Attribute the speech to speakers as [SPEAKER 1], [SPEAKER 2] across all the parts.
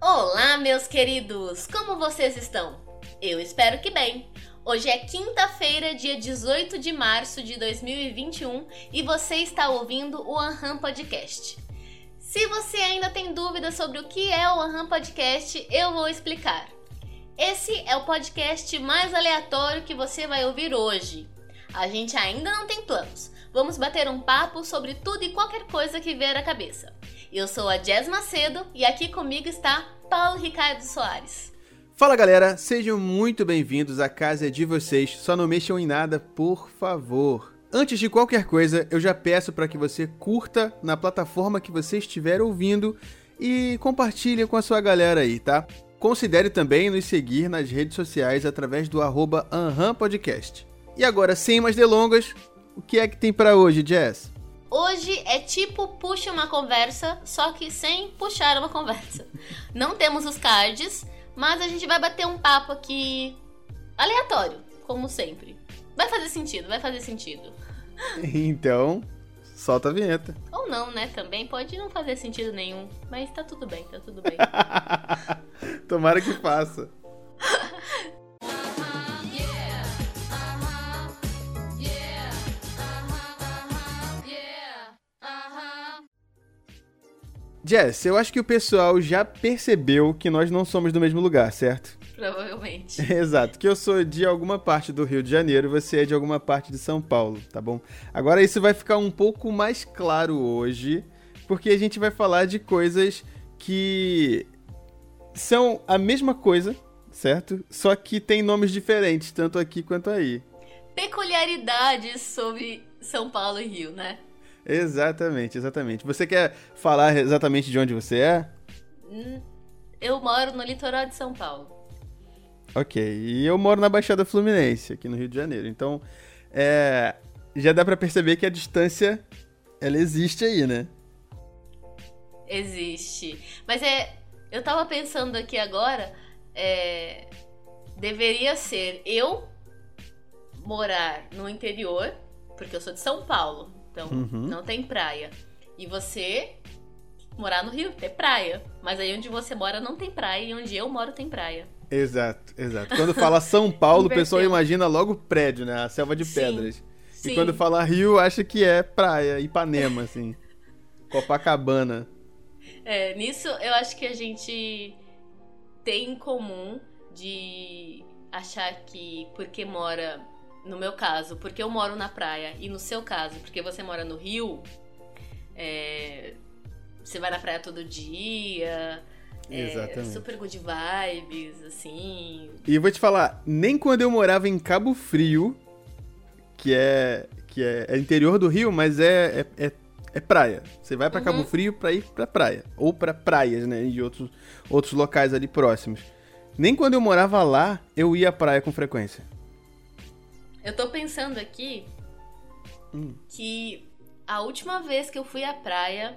[SPEAKER 1] Olá, meus queridos! Como vocês estão? Eu espero que bem! Hoje é quinta-feira, dia 18 de março de 2021 e você está ouvindo o Anham Podcast. Se você ainda tem dúvidas sobre o que é o Anham Podcast, eu vou explicar. Esse é o podcast mais aleatório que você vai ouvir hoje. A gente ainda não tem planos. Vamos bater um papo sobre tudo e qualquer coisa que vier à cabeça. Eu sou a Jess Macedo e aqui comigo está Paulo Ricardo Soares.
[SPEAKER 2] Fala galera, sejam muito bem-vindos à casa é de vocês. Só não mexam em nada, por favor. Antes de qualquer coisa, eu já peço para que você curta na plataforma que você estiver ouvindo e compartilhe com a sua galera aí, tá? Considere também nos seguir nas redes sociais através do arroba Anham Podcast. E agora, sem mais delongas, o que é que tem para hoje, Jess?
[SPEAKER 1] Hoje é tipo puxa uma conversa, só que sem puxar uma conversa. Não temos os cards, mas a gente vai bater um papo aqui aleatório, como sempre. Vai fazer sentido, vai fazer sentido.
[SPEAKER 2] Então, solta a vinheta.
[SPEAKER 1] Ou não, né? Também pode não fazer sentido nenhum, mas tá tudo bem, tá tudo bem.
[SPEAKER 2] Tomara que faça. Jess, eu acho que o pessoal já percebeu que nós não somos do mesmo lugar, certo?
[SPEAKER 1] Provavelmente.
[SPEAKER 2] Exato, que eu sou de alguma parte do Rio de Janeiro e você é de alguma parte de São Paulo, tá bom? Agora isso vai ficar um pouco mais claro hoje, porque a gente vai falar de coisas que são a mesma coisa, certo? Só que tem nomes diferentes, tanto aqui quanto aí.
[SPEAKER 1] Peculiaridades sobre São Paulo e Rio, né?
[SPEAKER 2] Exatamente, exatamente. Você quer falar exatamente de onde você é?
[SPEAKER 1] Hum, Eu moro no litoral de São Paulo.
[SPEAKER 2] Ok, e eu moro na Baixada Fluminense, aqui no Rio de Janeiro. Então, é, já dá pra perceber que a distância, ela existe aí, né?
[SPEAKER 1] Existe. Mas é. Eu tava pensando aqui agora. é, deveria ser eu morar no interior, porque eu sou de São Paulo, então
[SPEAKER 2] Uhum.
[SPEAKER 1] não tem praia. E você morar no Rio, tem praia. Mas aí onde você mora não tem praia e onde eu moro tem praia.
[SPEAKER 2] Exato, exato. Quando fala São Paulo, o pessoal
[SPEAKER 1] Inverteu.
[SPEAKER 2] imagina logo prédio, né? A selva de
[SPEAKER 1] Sim,
[SPEAKER 2] pedras.
[SPEAKER 1] Sim.
[SPEAKER 2] E quando fala Rio, acha que é praia, Ipanema, assim. Copacabana.
[SPEAKER 1] É, nisso eu acho que a gente tem em comum de achar que porque mora, no meu caso, porque eu moro na praia e no seu caso, porque você mora no Rio, é, você vai na praia todo dia, é,
[SPEAKER 2] Exatamente.
[SPEAKER 1] super good vibes, assim.
[SPEAKER 2] E vou te falar, nem quando eu morava em Cabo Frio, que é que é, é interior do Rio, mas é é, é, é praia. Você vai pra Cabo
[SPEAKER 1] Uhum.
[SPEAKER 2] Frio pra ir pra praia ou pra praias, né, de outros outros locais ali próximos. Nem quando eu morava lá, eu ia à praia com frequência.
[SPEAKER 1] Eu tô pensando aqui
[SPEAKER 2] Hum.
[SPEAKER 1] que a última vez que eu fui à praia,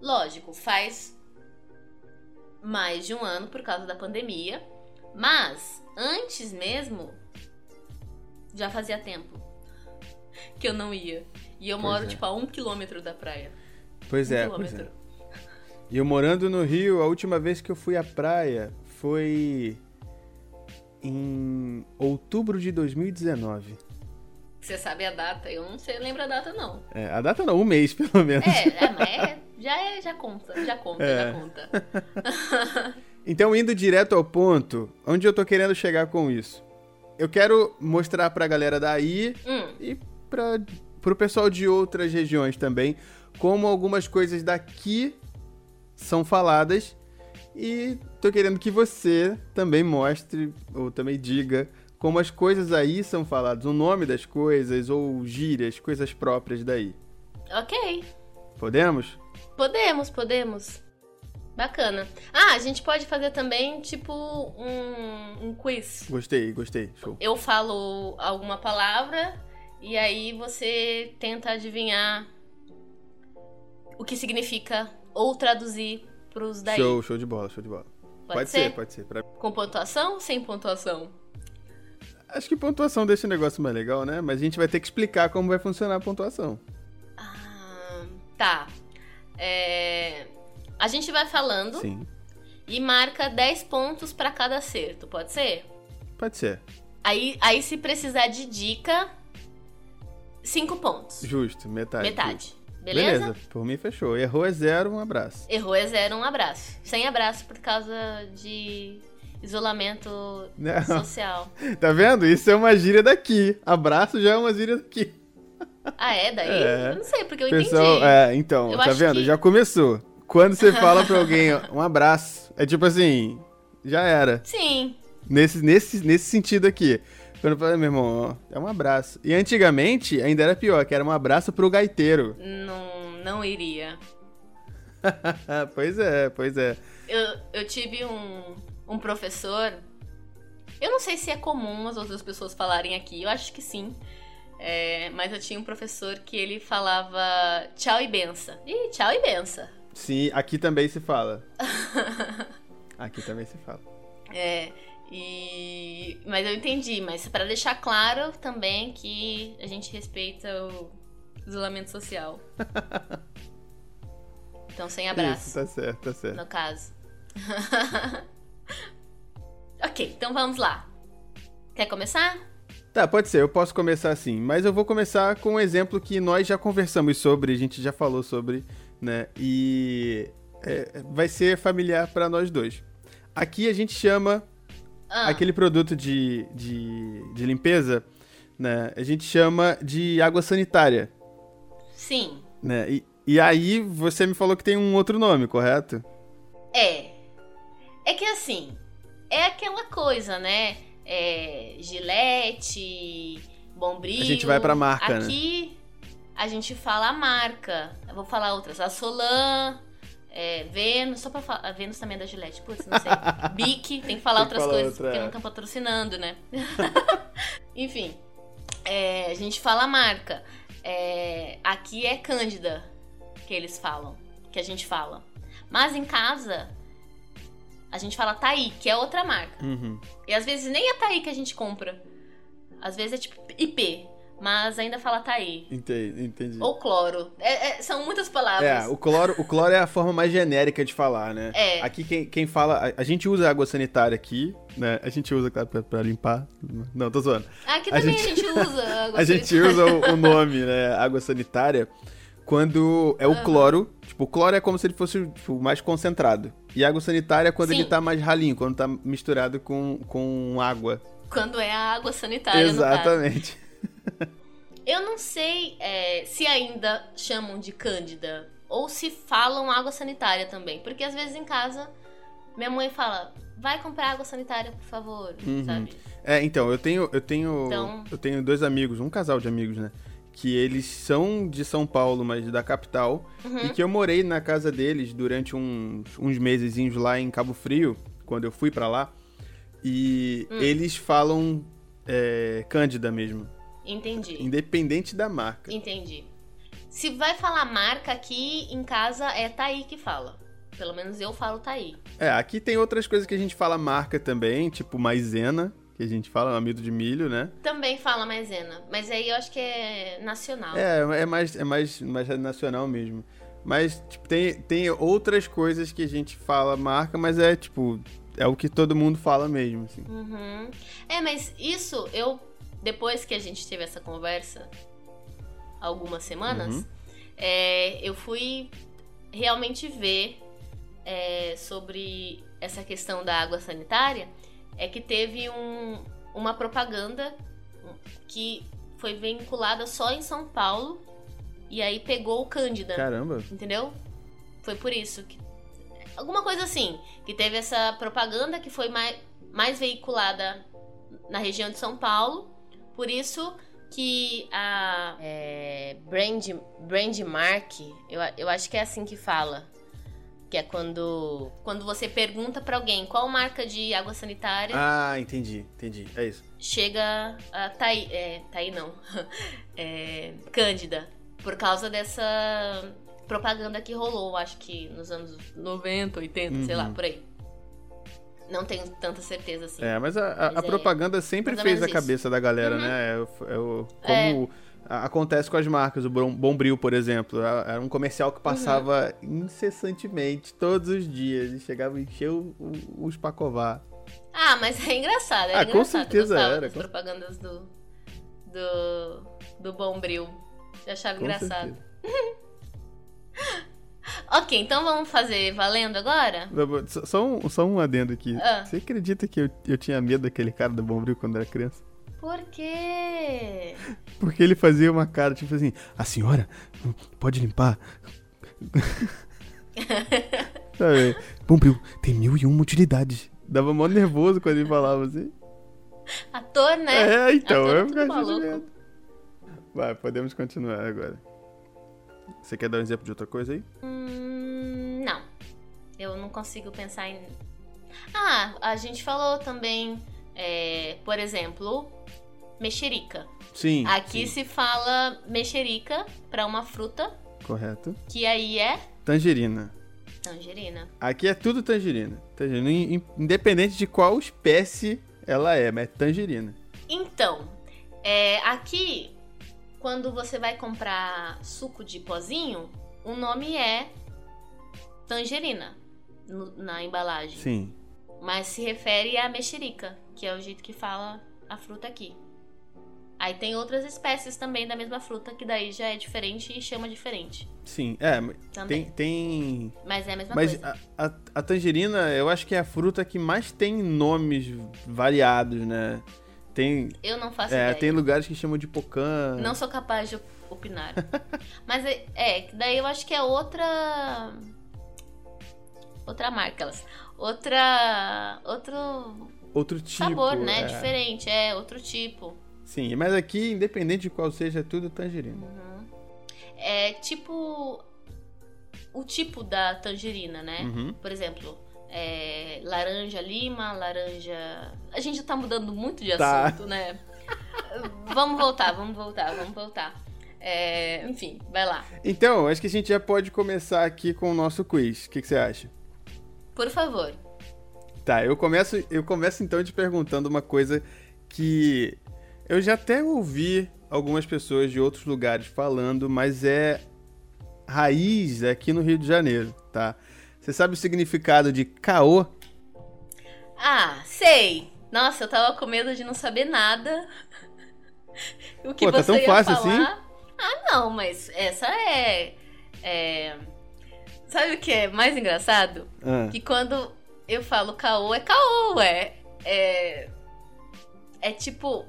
[SPEAKER 1] lógico, faz mais de um ano por causa da pandemia, mas antes mesmo já fazia tempo que eu não ia. E eu
[SPEAKER 2] Pois
[SPEAKER 1] moro
[SPEAKER 2] é.
[SPEAKER 1] tipo a um quilômetro da praia.
[SPEAKER 2] Pois
[SPEAKER 1] um
[SPEAKER 2] é, pois
[SPEAKER 1] quilômetro.
[SPEAKER 2] é. E eu morando no Rio, a última vez que eu fui à praia foi em outubro de 2019.
[SPEAKER 1] Você sabe a data? Eu não sei, eu lembro a data não.
[SPEAKER 2] É, a data não, um mês pelo menos.
[SPEAKER 1] É, é, mas é, já é, já conta, já conta, já
[SPEAKER 2] É.
[SPEAKER 1] conta.
[SPEAKER 2] Então, indo direto ao ponto, onde eu tô querendo chegar com isso? Eu quero mostrar pra galera daí
[SPEAKER 1] Hum,
[SPEAKER 2] e pra, pro pessoal de outras regiões também como algumas coisas daqui são faladas e tô querendo que você também mostre ou também diga como as coisas aí são faladas, o nome das coisas ou gírias, coisas próprias daí.
[SPEAKER 1] ok.
[SPEAKER 2] Podemos?
[SPEAKER 1] Podemos, podemos. Bacana. Ah, a gente pode fazer também, tipo, um, um quiz.
[SPEAKER 2] Gostei, gostei. Show.
[SPEAKER 1] Eu falo alguma palavra e aí você tenta adivinhar o que significa ou traduzir pros daí.
[SPEAKER 2] Show, show de bola, show de bola.
[SPEAKER 1] Pode,
[SPEAKER 2] ser?
[SPEAKER 1] ser?
[SPEAKER 2] pode ser. Pra
[SPEAKER 1] Com pontuação ou sem pontuação?
[SPEAKER 2] Acho que pontuação deixa o negócio mais legal, né? Mas a gente vai ter que explicar como vai funcionar a pontuação.
[SPEAKER 1] Ah, tá. É, A gente vai falando
[SPEAKER 2] Sim.
[SPEAKER 1] e marca 10 pontos pra cada acerto, pode ser?
[SPEAKER 2] Pode ser.
[SPEAKER 1] Aí, aí se precisar de dica, 5 pontos.
[SPEAKER 2] Justo, metade.
[SPEAKER 1] Metade. Beleza?
[SPEAKER 2] Beleza? por mim fechou. Errou é zero, um abraço.
[SPEAKER 1] Errou é zero, um abraço. Sem abraço por causa de isolamento
[SPEAKER 2] Não.
[SPEAKER 1] social.
[SPEAKER 2] Tá vendo? Isso é uma gíria daqui. Abraço já é uma gíria daqui.
[SPEAKER 1] Ah, é? Daí?
[SPEAKER 2] É.
[SPEAKER 1] Eu não sei, porque eu
[SPEAKER 2] Pessoal,
[SPEAKER 1] entendi.
[SPEAKER 2] é, então,
[SPEAKER 1] Eu
[SPEAKER 2] tá
[SPEAKER 1] acho
[SPEAKER 2] vendo?
[SPEAKER 1] que-
[SPEAKER 2] Já começou. Quando você fala pra alguém ó, um abraço, é tipo assim, já era.
[SPEAKER 1] Sim.
[SPEAKER 2] Nesse, nesse, nesse sentido aqui. Quando eu falo, meu irmão, ó, é um abraço. E antigamente ainda era pior, que era um abraço pro gaiteiro.
[SPEAKER 1] Não, não iria.
[SPEAKER 2] pois é, pois é.
[SPEAKER 1] Eu, eu tive um, um professor. Eu não sei se é comum as outras pessoas falarem aqui, eu acho que sim. É, mas eu tinha um professor que ele falava tchau e benção. Ih, tchau e benção.
[SPEAKER 2] Sim, aqui também se fala. Aqui também se fala.
[SPEAKER 1] É, e... Mas eu entendi, mas pra deixar claro também que a gente respeita o isolamento social. Então, sem abraço,
[SPEAKER 2] Isso, tá certo, tá certo.
[SPEAKER 1] no caso. ok, então vamos lá. Quer começar?
[SPEAKER 2] Tá, pode ser, eu posso começar assim, mas eu vou começar com um exemplo que nós já conversamos sobre, a gente já falou sobre, né? E é, vai ser familiar pra nós dois. Aqui a gente chama
[SPEAKER 1] Ah,
[SPEAKER 2] aquele produto de, de, de limpeza, né? A gente chama de água sanitária,
[SPEAKER 1] Sim.
[SPEAKER 2] né? E, e aí você me falou que tem um outro nome, correto?
[SPEAKER 1] É. É que assim, é aquela coisa, né? É, gilete, bombril.
[SPEAKER 2] A gente vai pra marca, né?
[SPEAKER 1] Aqui a gente fala a marca. Eu vou falar outras. A Solan, é, Vênus, só pra falar. A Vênus também é da Gillette, putz, não sei. Bic, tem que falar
[SPEAKER 2] Tem que
[SPEAKER 1] outras
[SPEAKER 2] falar
[SPEAKER 1] coisas,
[SPEAKER 2] outra,
[SPEAKER 1] porque
[SPEAKER 2] é.
[SPEAKER 1] não estão patrocinando, né? Enfim, é, a gente fala a marca. É, aqui é Cândida que eles falam, que a gente fala. Mas em casa, a gente fala Thaí, que é outra marca.
[SPEAKER 2] Uhum.
[SPEAKER 1] E às vezes nem é Thaí que a gente compra. Às vezes é tipo IP, mas ainda fala Thaí.
[SPEAKER 2] Entendi, entendi.
[SPEAKER 1] Ou cloro. É- é- são muitas palavras.
[SPEAKER 2] É, o cloro, o cloro é a forma mais genérica de falar, né?
[SPEAKER 1] É.
[SPEAKER 2] Aqui quem, quem fala. A, a gente usa água sanitária aqui, né? A gente usa, claro, pra, pra limpar. Não, tô zoando.
[SPEAKER 1] Aqui
[SPEAKER 2] a
[SPEAKER 1] também
[SPEAKER 2] gente-
[SPEAKER 1] a gente usa. água
[SPEAKER 2] A gente
[SPEAKER 1] sanitária.
[SPEAKER 2] usa o, o nome, né? Água sanitária. Quando é o cloro. Tipo, o cloro é como se ele fosse tipo, mais concentrado. E a água sanitária é quando
[SPEAKER 1] Sim.
[SPEAKER 2] ele tá mais ralinho, quando tá misturado com, com água.
[SPEAKER 1] Quando é a água sanitária, no caso.
[SPEAKER 2] Exatamente.
[SPEAKER 1] Eu não sei é, se ainda chamam de Cândida ou se falam água sanitária também, porque às vezes em casa minha mãe fala: vai comprar água sanitária, por favor,
[SPEAKER 2] Uhum.
[SPEAKER 1] sabe?
[SPEAKER 2] É, então, eu tenho, eu tenho,
[SPEAKER 1] Então-
[SPEAKER 2] eu tenho dois amigos, um casal de amigos, né? Que eles são de São Paulo, mas da capital. E que eu morei na casa deles durante uns, uns mesezinhos lá em Cabo Frio, quando eu fui pra lá. E eles falam é, Cândida mesmo,
[SPEAKER 1] Entendi.
[SPEAKER 2] independente da marca.
[SPEAKER 1] Entendi. Se vai falar marca aqui em casa, é Thaí que fala. Pelo menos eu falo Thaí.
[SPEAKER 2] É, aqui tem outras coisas que a gente fala marca também, tipo maisena, que a gente fala, amido de milho, né?
[SPEAKER 1] Também fala maisena, mas aí eu acho que é nacional.
[SPEAKER 2] É, é mais, é mais, mais nacional mesmo. Mas, tipo, tem, tem outras coisas que a gente fala marca, mas é, tipo, é o que todo mundo fala mesmo, assim.
[SPEAKER 1] Uhum. É, mas isso eu. Depois que a gente teve essa conversa, algumas semanas,
[SPEAKER 2] Uhum.
[SPEAKER 1] é, eu fui realmente ver é, sobre essa questão da água sanitária. É que teve um- uma propaganda que foi vinculada só em São Paulo e aí pegou o Cândida.
[SPEAKER 2] Caramba.
[SPEAKER 1] Entendeu? Foi por isso que. Alguma coisa assim, que teve essa propaganda que foi mais, mais veiculada na região de São Paulo. Por isso que a é, brand, brand Mark, eu, a- eu acho que é assim que fala. Que é quando, quando você pergunta pra alguém qual marca de água sanitária
[SPEAKER 2] Ah, entendi, entendi. É isso.
[SPEAKER 1] chega a Thaí, é, Thaí não, é, Cândida, por causa dessa propaganda que rolou, acho que nos anos 90, 80, sei lá,
[SPEAKER 2] Uhum.
[SPEAKER 1] por aí. Não tenho tanta certeza assim.
[SPEAKER 2] É, mas a, a-
[SPEAKER 1] Mas
[SPEAKER 2] a
[SPEAKER 1] é
[SPEAKER 2] propaganda sempre
[SPEAKER 1] mais ou
[SPEAKER 2] fez a
[SPEAKER 1] menos isso.
[SPEAKER 2] cabeça da galera,
[SPEAKER 1] Uhum.
[SPEAKER 2] né? É, o- é o-
[SPEAKER 1] É.
[SPEAKER 2] como a- acontece com as marcas. O Brom- Bombril, por exemplo, a- era um comercial que passava
[SPEAKER 1] Uhum.
[SPEAKER 2] incessantemente, todos os dias, e chegava e encheu o- o- os pacová.
[SPEAKER 1] Ah, mas é engraçado, é
[SPEAKER 2] Ah, com
[SPEAKER 1] engraçado.
[SPEAKER 2] certeza
[SPEAKER 1] eu gostava
[SPEAKER 2] era,
[SPEAKER 1] das
[SPEAKER 2] com-
[SPEAKER 1] propagandas do, do, do Bombril. Eu achava
[SPEAKER 2] Com
[SPEAKER 1] engraçado.
[SPEAKER 2] certeza.
[SPEAKER 1] Ok, então vamos fazer valendo agora?
[SPEAKER 2] Vamos- só- Só um, só um adendo aqui.
[SPEAKER 1] Ah.
[SPEAKER 2] Você acredita que eu, eu tinha medo daquele cara do Bombril quando era criança?
[SPEAKER 1] Por quê?
[SPEAKER 2] Porque ele fazia uma cara, tipo assim, a senhora pode limpar. Sabe? Bombril tem mil e uma utilidades. Dava mó nervoso quando ele falava assim.
[SPEAKER 1] Ator, né?
[SPEAKER 2] É, então,
[SPEAKER 1] Ator
[SPEAKER 2] eu
[SPEAKER 1] tudo
[SPEAKER 2] ficava
[SPEAKER 1] maluco.
[SPEAKER 2] assim. medo. Vai, podemos continuar agora. Você quer dar um exemplo de outra coisa aí?
[SPEAKER 1] Hum, não. Eu não consigo pensar em. Ah, a gente falou também, é, por exemplo, mexerica.
[SPEAKER 2] Sim.
[SPEAKER 1] Aqui
[SPEAKER 2] sim,
[SPEAKER 1] se fala mexerica pra uma fruta,
[SPEAKER 2] Correto.
[SPEAKER 1] que aí é
[SPEAKER 2] Tangerina.
[SPEAKER 1] tangerina.
[SPEAKER 2] Aqui é tudo tangerina. Tangerina, in- in- independente de qual espécie ela é, mas é tangerina.
[SPEAKER 1] Então, é, aqui, quando você vai comprar suco de pozinho, o nome é tangerina no- na embalagem.
[SPEAKER 2] Sim.
[SPEAKER 1] Mas se refere à mexerica, que é o jeito que fala a fruta aqui. Aí tem outras espécies também da mesma fruta, que daí já é diferente e chama diferente
[SPEAKER 2] Sim. É,
[SPEAKER 1] também.
[SPEAKER 2] tem, tem
[SPEAKER 1] Mas é a mesma
[SPEAKER 2] Mas
[SPEAKER 1] coisa.
[SPEAKER 2] a, a, a tangerina, eu acho que é a fruta que mais tem nomes variados, né? Tem,
[SPEAKER 1] Eu não faço
[SPEAKER 2] é,
[SPEAKER 1] ideia.
[SPEAKER 2] tem lugares que chamam de pocã.
[SPEAKER 1] Não sou capaz de opinar. Mas é, é, que daí eu acho que é outra. Outra marca, elas. Outra. Outro
[SPEAKER 2] Outro tipo.
[SPEAKER 1] sabor, né?
[SPEAKER 2] é.
[SPEAKER 1] Diferente, é outro tipo.
[SPEAKER 2] Sim, mas aqui, independente de qual seja, é tudo tangerina.
[SPEAKER 1] Uhum. É tipo. O tipo da tangerina, né?
[SPEAKER 2] Uhum.
[SPEAKER 1] Por exemplo, é, laranja lima, laranja. A gente tá mudando muito de
[SPEAKER 2] Tá.
[SPEAKER 1] assunto, né? vamos voltar, vamos voltar, vamos voltar. É, enfim, vai lá.
[SPEAKER 2] Então, acho que a gente já pode começar aqui com o nosso quiz. O que, que você acha?
[SPEAKER 1] Por favor.
[SPEAKER 2] Tá, eu começo, eu começo então te perguntando uma coisa que eu já até ouvi algumas pessoas de outros lugares falando, mas é raiz aqui no Rio de Janeiro, tá? Você sabe o significado de caô?
[SPEAKER 1] Ah, sei! Nossa, eu tava com medo de não saber nada. O que
[SPEAKER 2] Pô, tá
[SPEAKER 1] você
[SPEAKER 2] tão
[SPEAKER 1] ia
[SPEAKER 2] fácil assim?
[SPEAKER 1] falar. Ah, não, mas essa é, é. Sabe o que é mais engraçado?
[SPEAKER 2] Ah,
[SPEAKER 1] Que quando eu falo caô, é caô, é. É, é tipo.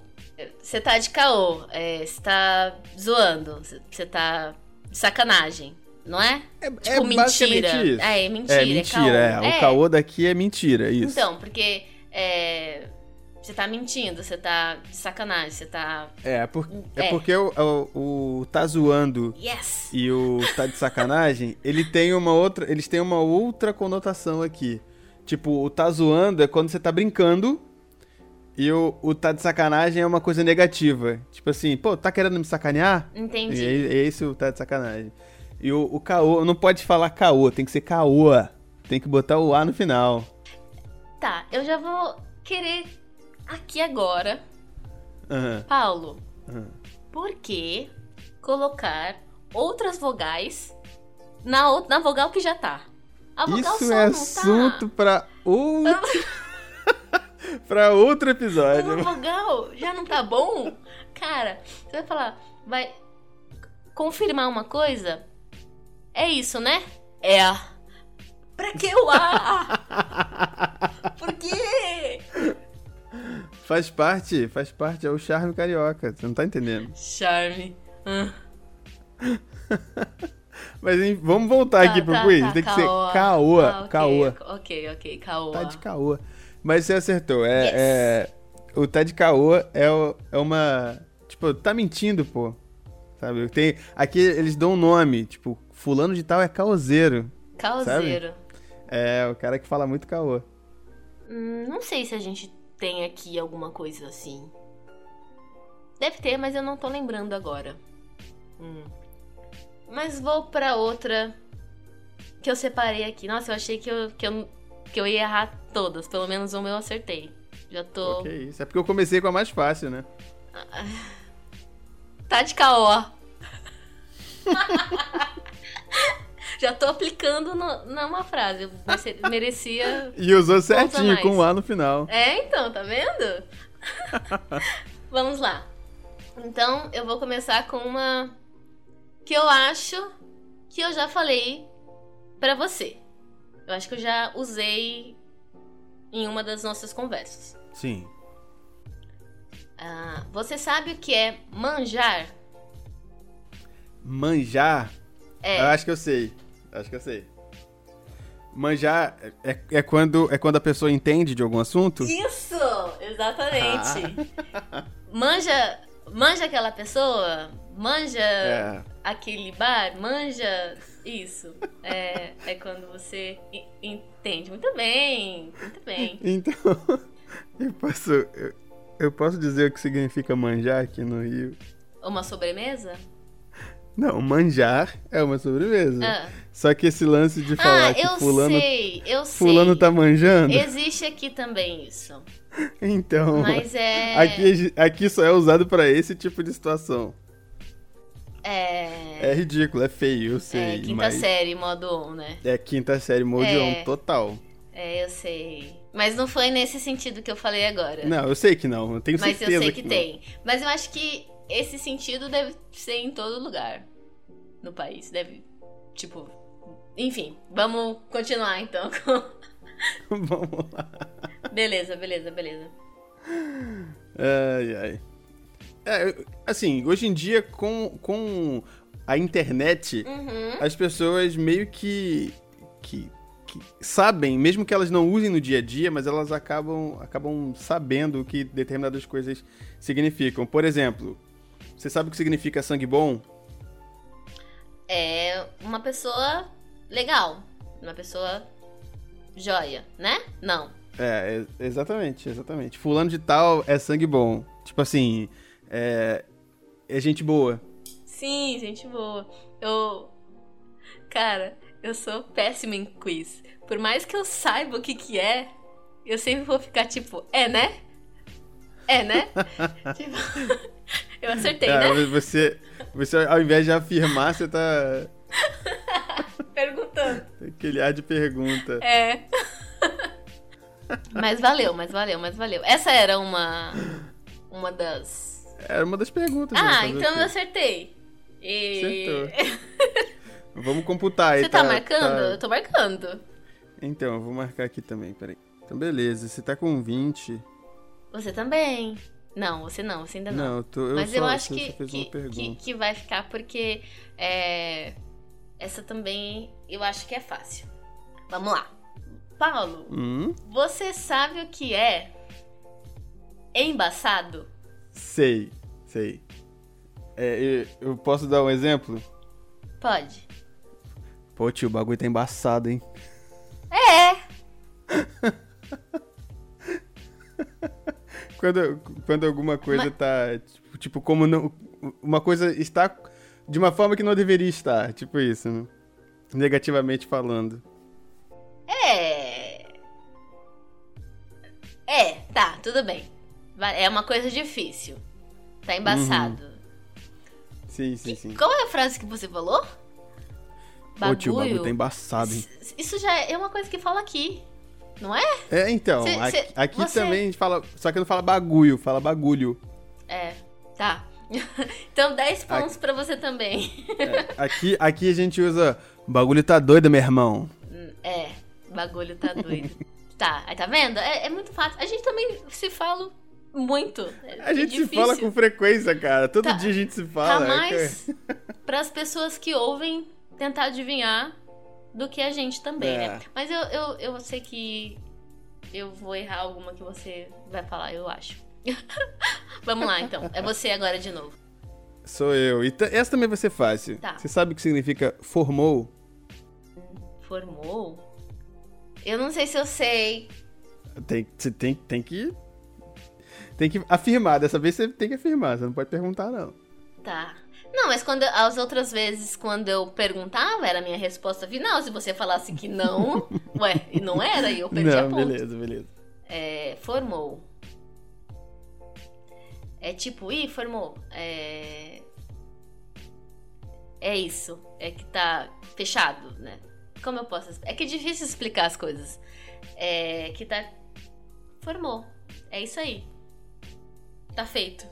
[SPEAKER 1] Você tá de caô, é, você tá zoando, você- você tá de sacanagem, não é?
[SPEAKER 2] é,
[SPEAKER 1] Tipo,
[SPEAKER 2] é
[SPEAKER 1] mentira.
[SPEAKER 2] basicamente isso.
[SPEAKER 1] É, mentira,
[SPEAKER 2] é mentira, é.
[SPEAKER 1] caô.
[SPEAKER 2] O caô daqui é mentira, isso.
[SPEAKER 1] Então, porque é, você tá mentindo, você tá de sacanagem, você tá.
[SPEAKER 2] é, por- é
[SPEAKER 1] É.
[SPEAKER 2] porque o, o- o tá zoando
[SPEAKER 1] Yes!
[SPEAKER 2] e o tá de sacanagem, ele tem uma outra, eles têm uma outra conotação aqui. Tipo, o tá zoando é quando você tá brincando e o, o tá de sacanagem é uma coisa negativa. Tipo assim, pô, tá querendo me sacanear? E
[SPEAKER 1] Entendi.
[SPEAKER 2] é, é esse o tá de sacanagem. E o, o caô, não pode falar caô, tem que ser caoa. Tem que botar o A no final.
[SPEAKER 1] Tá, eu já vou querer aqui agora,
[SPEAKER 2] Aham,
[SPEAKER 1] Paulo,
[SPEAKER 2] aham.
[SPEAKER 1] por que colocar outras vogais na, ou- na vogal que já tá? A vogal
[SPEAKER 2] Isso
[SPEAKER 1] só
[SPEAKER 2] é
[SPEAKER 1] não
[SPEAKER 2] assunto
[SPEAKER 1] tá.
[SPEAKER 2] pra outro. pra outro episódio.
[SPEAKER 1] Uma vogal já não tá bom? Cara, você vai falar, vai confirmar uma coisa? É isso, né? É. Pra que o A? Por quê?
[SPEAKER 2] Faz parte, faz parte, é o charme carioca, você não tá entendendo.
[SPEAKER 1] Charme. Hum.
[SPEAKER 2] Mas hein, vamos
[SPEAKER 1] Tá,
[SPEAKER 2] voltar Tá aqui pro quiz, tem que ser caoa,
[SPEAKER 1] Ah, ok,
[SPEAKER 2] caoa,
[SPEAKER 1] Ok, ok, caoa.
[SPEAKER 2] tá de caoa. Mas você acertou, é, é- o tá de caoa é, o- é uma, tipo, tá mentindo, pô, sabe? Tem, aqui eles dão um nome, tipo, fulano de tal é caoseiro,
[SPEAKER 1] Caoseiro.
[SPEAKER 2] é o cara que fala muito caoa.
[SPEAKER 1] Hum, não sei se a gente tem aqui alguma coisa assim. Deve ter, mas eu não tô lembrando agora. Hum. Mas vou pra outra que eu separei aqui. Nossa, eu achei que eu, que eu, que eu ia errar todas. Pelo menos uma eu acertei. Já tô.
[SPEAKER 2] Ok, isso é porque eu comecei com a mais fácil, né?
[SPEAKER 1] tá de caó. Já tô aplicando no- numa frase. Eu merece- merecia.
[SPEAKER 2] E usou certinho,
[SPEAKER 1] mais.
[SPEAKER 2] com um A no final.
[SPEAKER 1] É, então, tá vendo? Vamos lá. Então, eu vou começar com uma que eu acho que eu já falei pra você. Eu acho que eu já usei em uma das nossas conversas.
[SPEAKER 2] Sim.
[SPEAKER 1] Ah, você sabe o que é manjar?
[SPEAKER 2] Manjar?
[SPEAKER 1] É.
[SPEAKER 2] Eu acho que eu sei. Acho que eu sei. Manjar é, é quando, é quando a pessoa entende de algum assunto?
[SPEAKER 1] Isso! Exatamente. Manja, manja aquela pessoa, manja
[SPEAKER 2] É.
[SPEAKER 1] aquele bar, manja isso. É, é quando você en- entende. Muito bem, muito bem.
[SPEAKER 2] Então, eu posso, eu, eu posso dizer o que significa manjar aqui no Rio?
[SPEAKER 1] Uma sobremesa?
[SPEAKER 2] Não, manjar é uma sobremesa.
[SPEAKER 1] Ah,
[SPEAKER 2] Só que esse lance de falar
[SPEAKER 1] Ah,
[SPEAKER 2] que
[SPEAKER 1] eu
[SPEAKER 2] fulano,
[SPEAKER 1] sei, eu sei.
[SPEAKER 2] fulano tá manjando,
[SPEAKER 1] Existe aqui também isso.
[SPEAKER 2] então,
[SPEAKER 1] Mas é.
[SPEAKER 2] aqui, aqui só é usado pra esse tipo de situação.
[SPEAKER 1] é.
[SPEAKER 2] É ridículo, é feio, eu sei,
[SPEAKER 1] é, quinta
[SPEAKER 2] mas
[SPEAKER 1] série, modo on, né?
[SPEAKER 2] é quinta série moldeão
[SPEAKER 1] É.
[SPEAKER 2] total.
[SPEAKER 1] É, eu sei. Mas não foi nesse sentido que eu falei agora.
[SPEAKER 2] Não, eu sei que não, eu tenho
[SPEAKER 1] Mas eu
[SPEAKER 2] certeza
[SPEAKER 1] sei que,
[SPEAKER 2] não.
[SPEAKER 1] tem. Mas eu acho que esse sentido deve ser em todo lugar no país. Deve, tipo. Enfim, vamos continuar então. com-
[SPEAKER 2] Vamos lá.
[SPEAKER 1] beleza, beleza, beleza.
[SPEAKER 2] Ai, ai. É, eu- assim, hoje em dia, com, com a internet,
[SPEAKER 1] Uhum.
[SPEAKER 2] as pessoas meio que, que, que sabem, mesmo que elas não usem no dia a dia, mas elas acabam, acabam sabendo o que determinadas coisas significam. Por exemplo, você sabe o que significa sangue bom?
[SPEAKER 1] É uma pessoa legal. Uma pessoa joia, né? Não.
[SPEAKER 2] É, é- exatamente, exatamente. Fulano de tal é sangue bom. Tipo assim, é, é gente boa.
[SPEAKER 1] Sim, gente boa. Eu. Cara, eu sou péssima em quiz. Por mais que eu saiba o que que é, eu sempre vou ficar tipo, é né? É né? tipo, eu acertei,
[SPEAKER 2] É,
[SPEAKER 1] né?
[SPEAKER 2] você, você, ao invés de afirmar, você tá
[SPEAKER 1] Perguntando.
[SPEAKER 2] tem aquele ar de pergunta.
[SPEAKER 1] É. mas valeu, mas valeu, mas valeu. Essa era uma. Uma das.
[SPEAKER 2] Era uma das perguntas. né,
[SPEAKER 1] Ah,
[SPEAKER 2] fazer o
[SPEAKER 1] então
[SPEAKER 2] quê?
[SPEAKER 1] eu acertei. E...
[SPEAKER 2] Acertou. Vamos computar aí.
[SPEAKER 1] Você tá, marcando?
[SPEAKER 2] tá-
[SPEAKER 1] Eu tô marcando.
[SPEAKER 2] Então, eu vou marcar aqui também, peraí. Então, beleza, você tá com 20.
[SPEAKER 1] Você também. Não, você não, você ainda não.
[SPEAKER 2] Não, eu tô. Eu
[SPEAKER 1] Mas
[SPEAKER 2] só,
[SPEAKER 1] eu acho
[SPEAKER 2] você
[SPEAKER 1] que,
[SPEAKER 2] só fez
[SPEAKER 1] que,
[SPEAKER 2] uma
[SPEAKER 1] que-
[SPEAKER 2] pergunta.
[SPEAKER 1] que vai ficar porque é, essa também eu acho que é fácil. Vamos lá. Paulo,
[SPEAKER 2] Hum?
[SPEAKER 1] você sabe o que é embaçado?
[SPEAKER 2] Sei, sei. É, eu, eu posso dar um exemplo?
[SPEAKER 1] Pode.
[SPEAKER 2] Pô, tio, o bagulho tá embaçado, hein?
[SPEAKER 1] É.
[SPEAKER 2] Quando, quando alguma coisa
[SPEAKER 1] Mas-
[SPEAKER 2] tá. Tipo, tipo, como não. Uma coisa está de uma forma que não deveria estar. Tipo isso, né? Negativamente falando.
[SPEAKER 1] É. É, tá, tudo bem. Vai- É uma coisa difícil. Tá embaçado.
[SPEAKER 2] Sim, Uhum. sim, sim.
[SPEAKER 1] Qual é a frase que você falou?
[SPEAKER 2] Pô, tio, o bagulho tá embaçado, hein?
[SPEAKER 1] Isso- Isso já é uma coisa que fala aqui, não é?
[SPEAKER 2] É, então,
[SPEAKER 1] Cê-
[SPEAKER 2] aqui,
[SPEAKER 1] cê-
[SPEAKER 2] aqui
[SPEAKER 1] você-
[SPEAKER 2] também fala. Só que não fala bagulho, fala bagulho.
[SPEAKER 1] É, tá. então 10 pontos pra você também.
[SPEAKER 2] É, aqui, aqui a gente usa. Bagulho tá doido, meu irmão.
[SPEAKER 1] É, o bagulho tá doido. tá, aí tá vendo? É, é muito fácil. A gente também se fala muito. É,
[SPEAKER 2] A
[SPEAKER 1] é
[SPEAKER 2] gente se
[SPEAKER 1] difícil.
[SPEAKER 2] fala com frequência, cara. Todo
[SPEAKER 1] Tá-
[SPEAKER 2] dia a gente se
[SPEAKER 1] Tá
[SPEAKER 2] fala. é
[SPEAKER 1] mais pras pessoas que ouvem tentar adivinhar do que a gente também,
[SPEAKER 2] É.
[SPEAKER 1] né? Mas eu, eu, eu sei que eu vou errar alguma que você vai falar, eu acho. Vamos lá, então. É você agora de novo.
[SPEAKER 2] Sou eu. E ta- essa também vai ser fácil.
[SPEAKER 1] Tá.
[SPEAKER 2] Você sabe o que significa formou?
[SPEAKER 1] Formou? Eu não sei se eu sei.
[SPEAKER 2] Tem, você tem, tem que. Tem que afirmar. Dessa vez você tem que afirmar. Você não pode perguntar, não.
[SPEAKER 1] Tá. Não, mas quando as outras vezes, quando eu perguntava, era a minha resposta final. Se você falasse que não, ué, e não era, e eu perdi a
[SPEAKER 2] não,
[SPEAKER 1] ponta.
[SPEAKER 2] beleza, beleza.
[SPEAKER 1] É, formou. É tipo, ih, formou. É, É isso. É que tá fechado, né? Como eu posso. É que é difícil explicar as coisas. É que tá. Formou. É isso aí. Tá feito.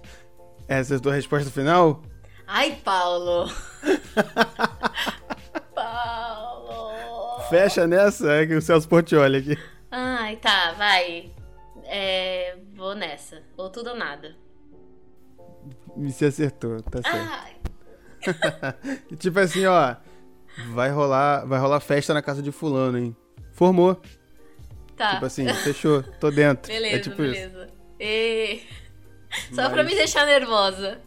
[SPEAKER 2] Essa é a tua resposta final?
[SPEAKER 1] Ai, Paulo! Paulo!
[SPEAKER 2] Fecha nessa, é que o Celso Portioli aqui.
[SPEAKER 1] Ai, tá, vai. É, vou nessa. Ou tudo ou nada.
[SPEAKER 2] Me se acertou, tá
[SPEAKER 1] Ah.
[SPEAKER 2] certo.
[SPEAKER 1] Ai,
[SPEAKER 2] tipo assim, ó. Vai rolar, vai rolar festa na casa de fulano, hein? Formou.
[SPEAKER 1] tá.
[SPEAKER 2] Tipo assim, fechou, tô dentro.
[SPEAKER 1] beleza,
[SPEAKER 2] é tipo isso.
[SPEAKER 1] beleza. E... Só pra
[SPEAKER 2] Mas-
[SPEAKER 1] me deixar nervosa.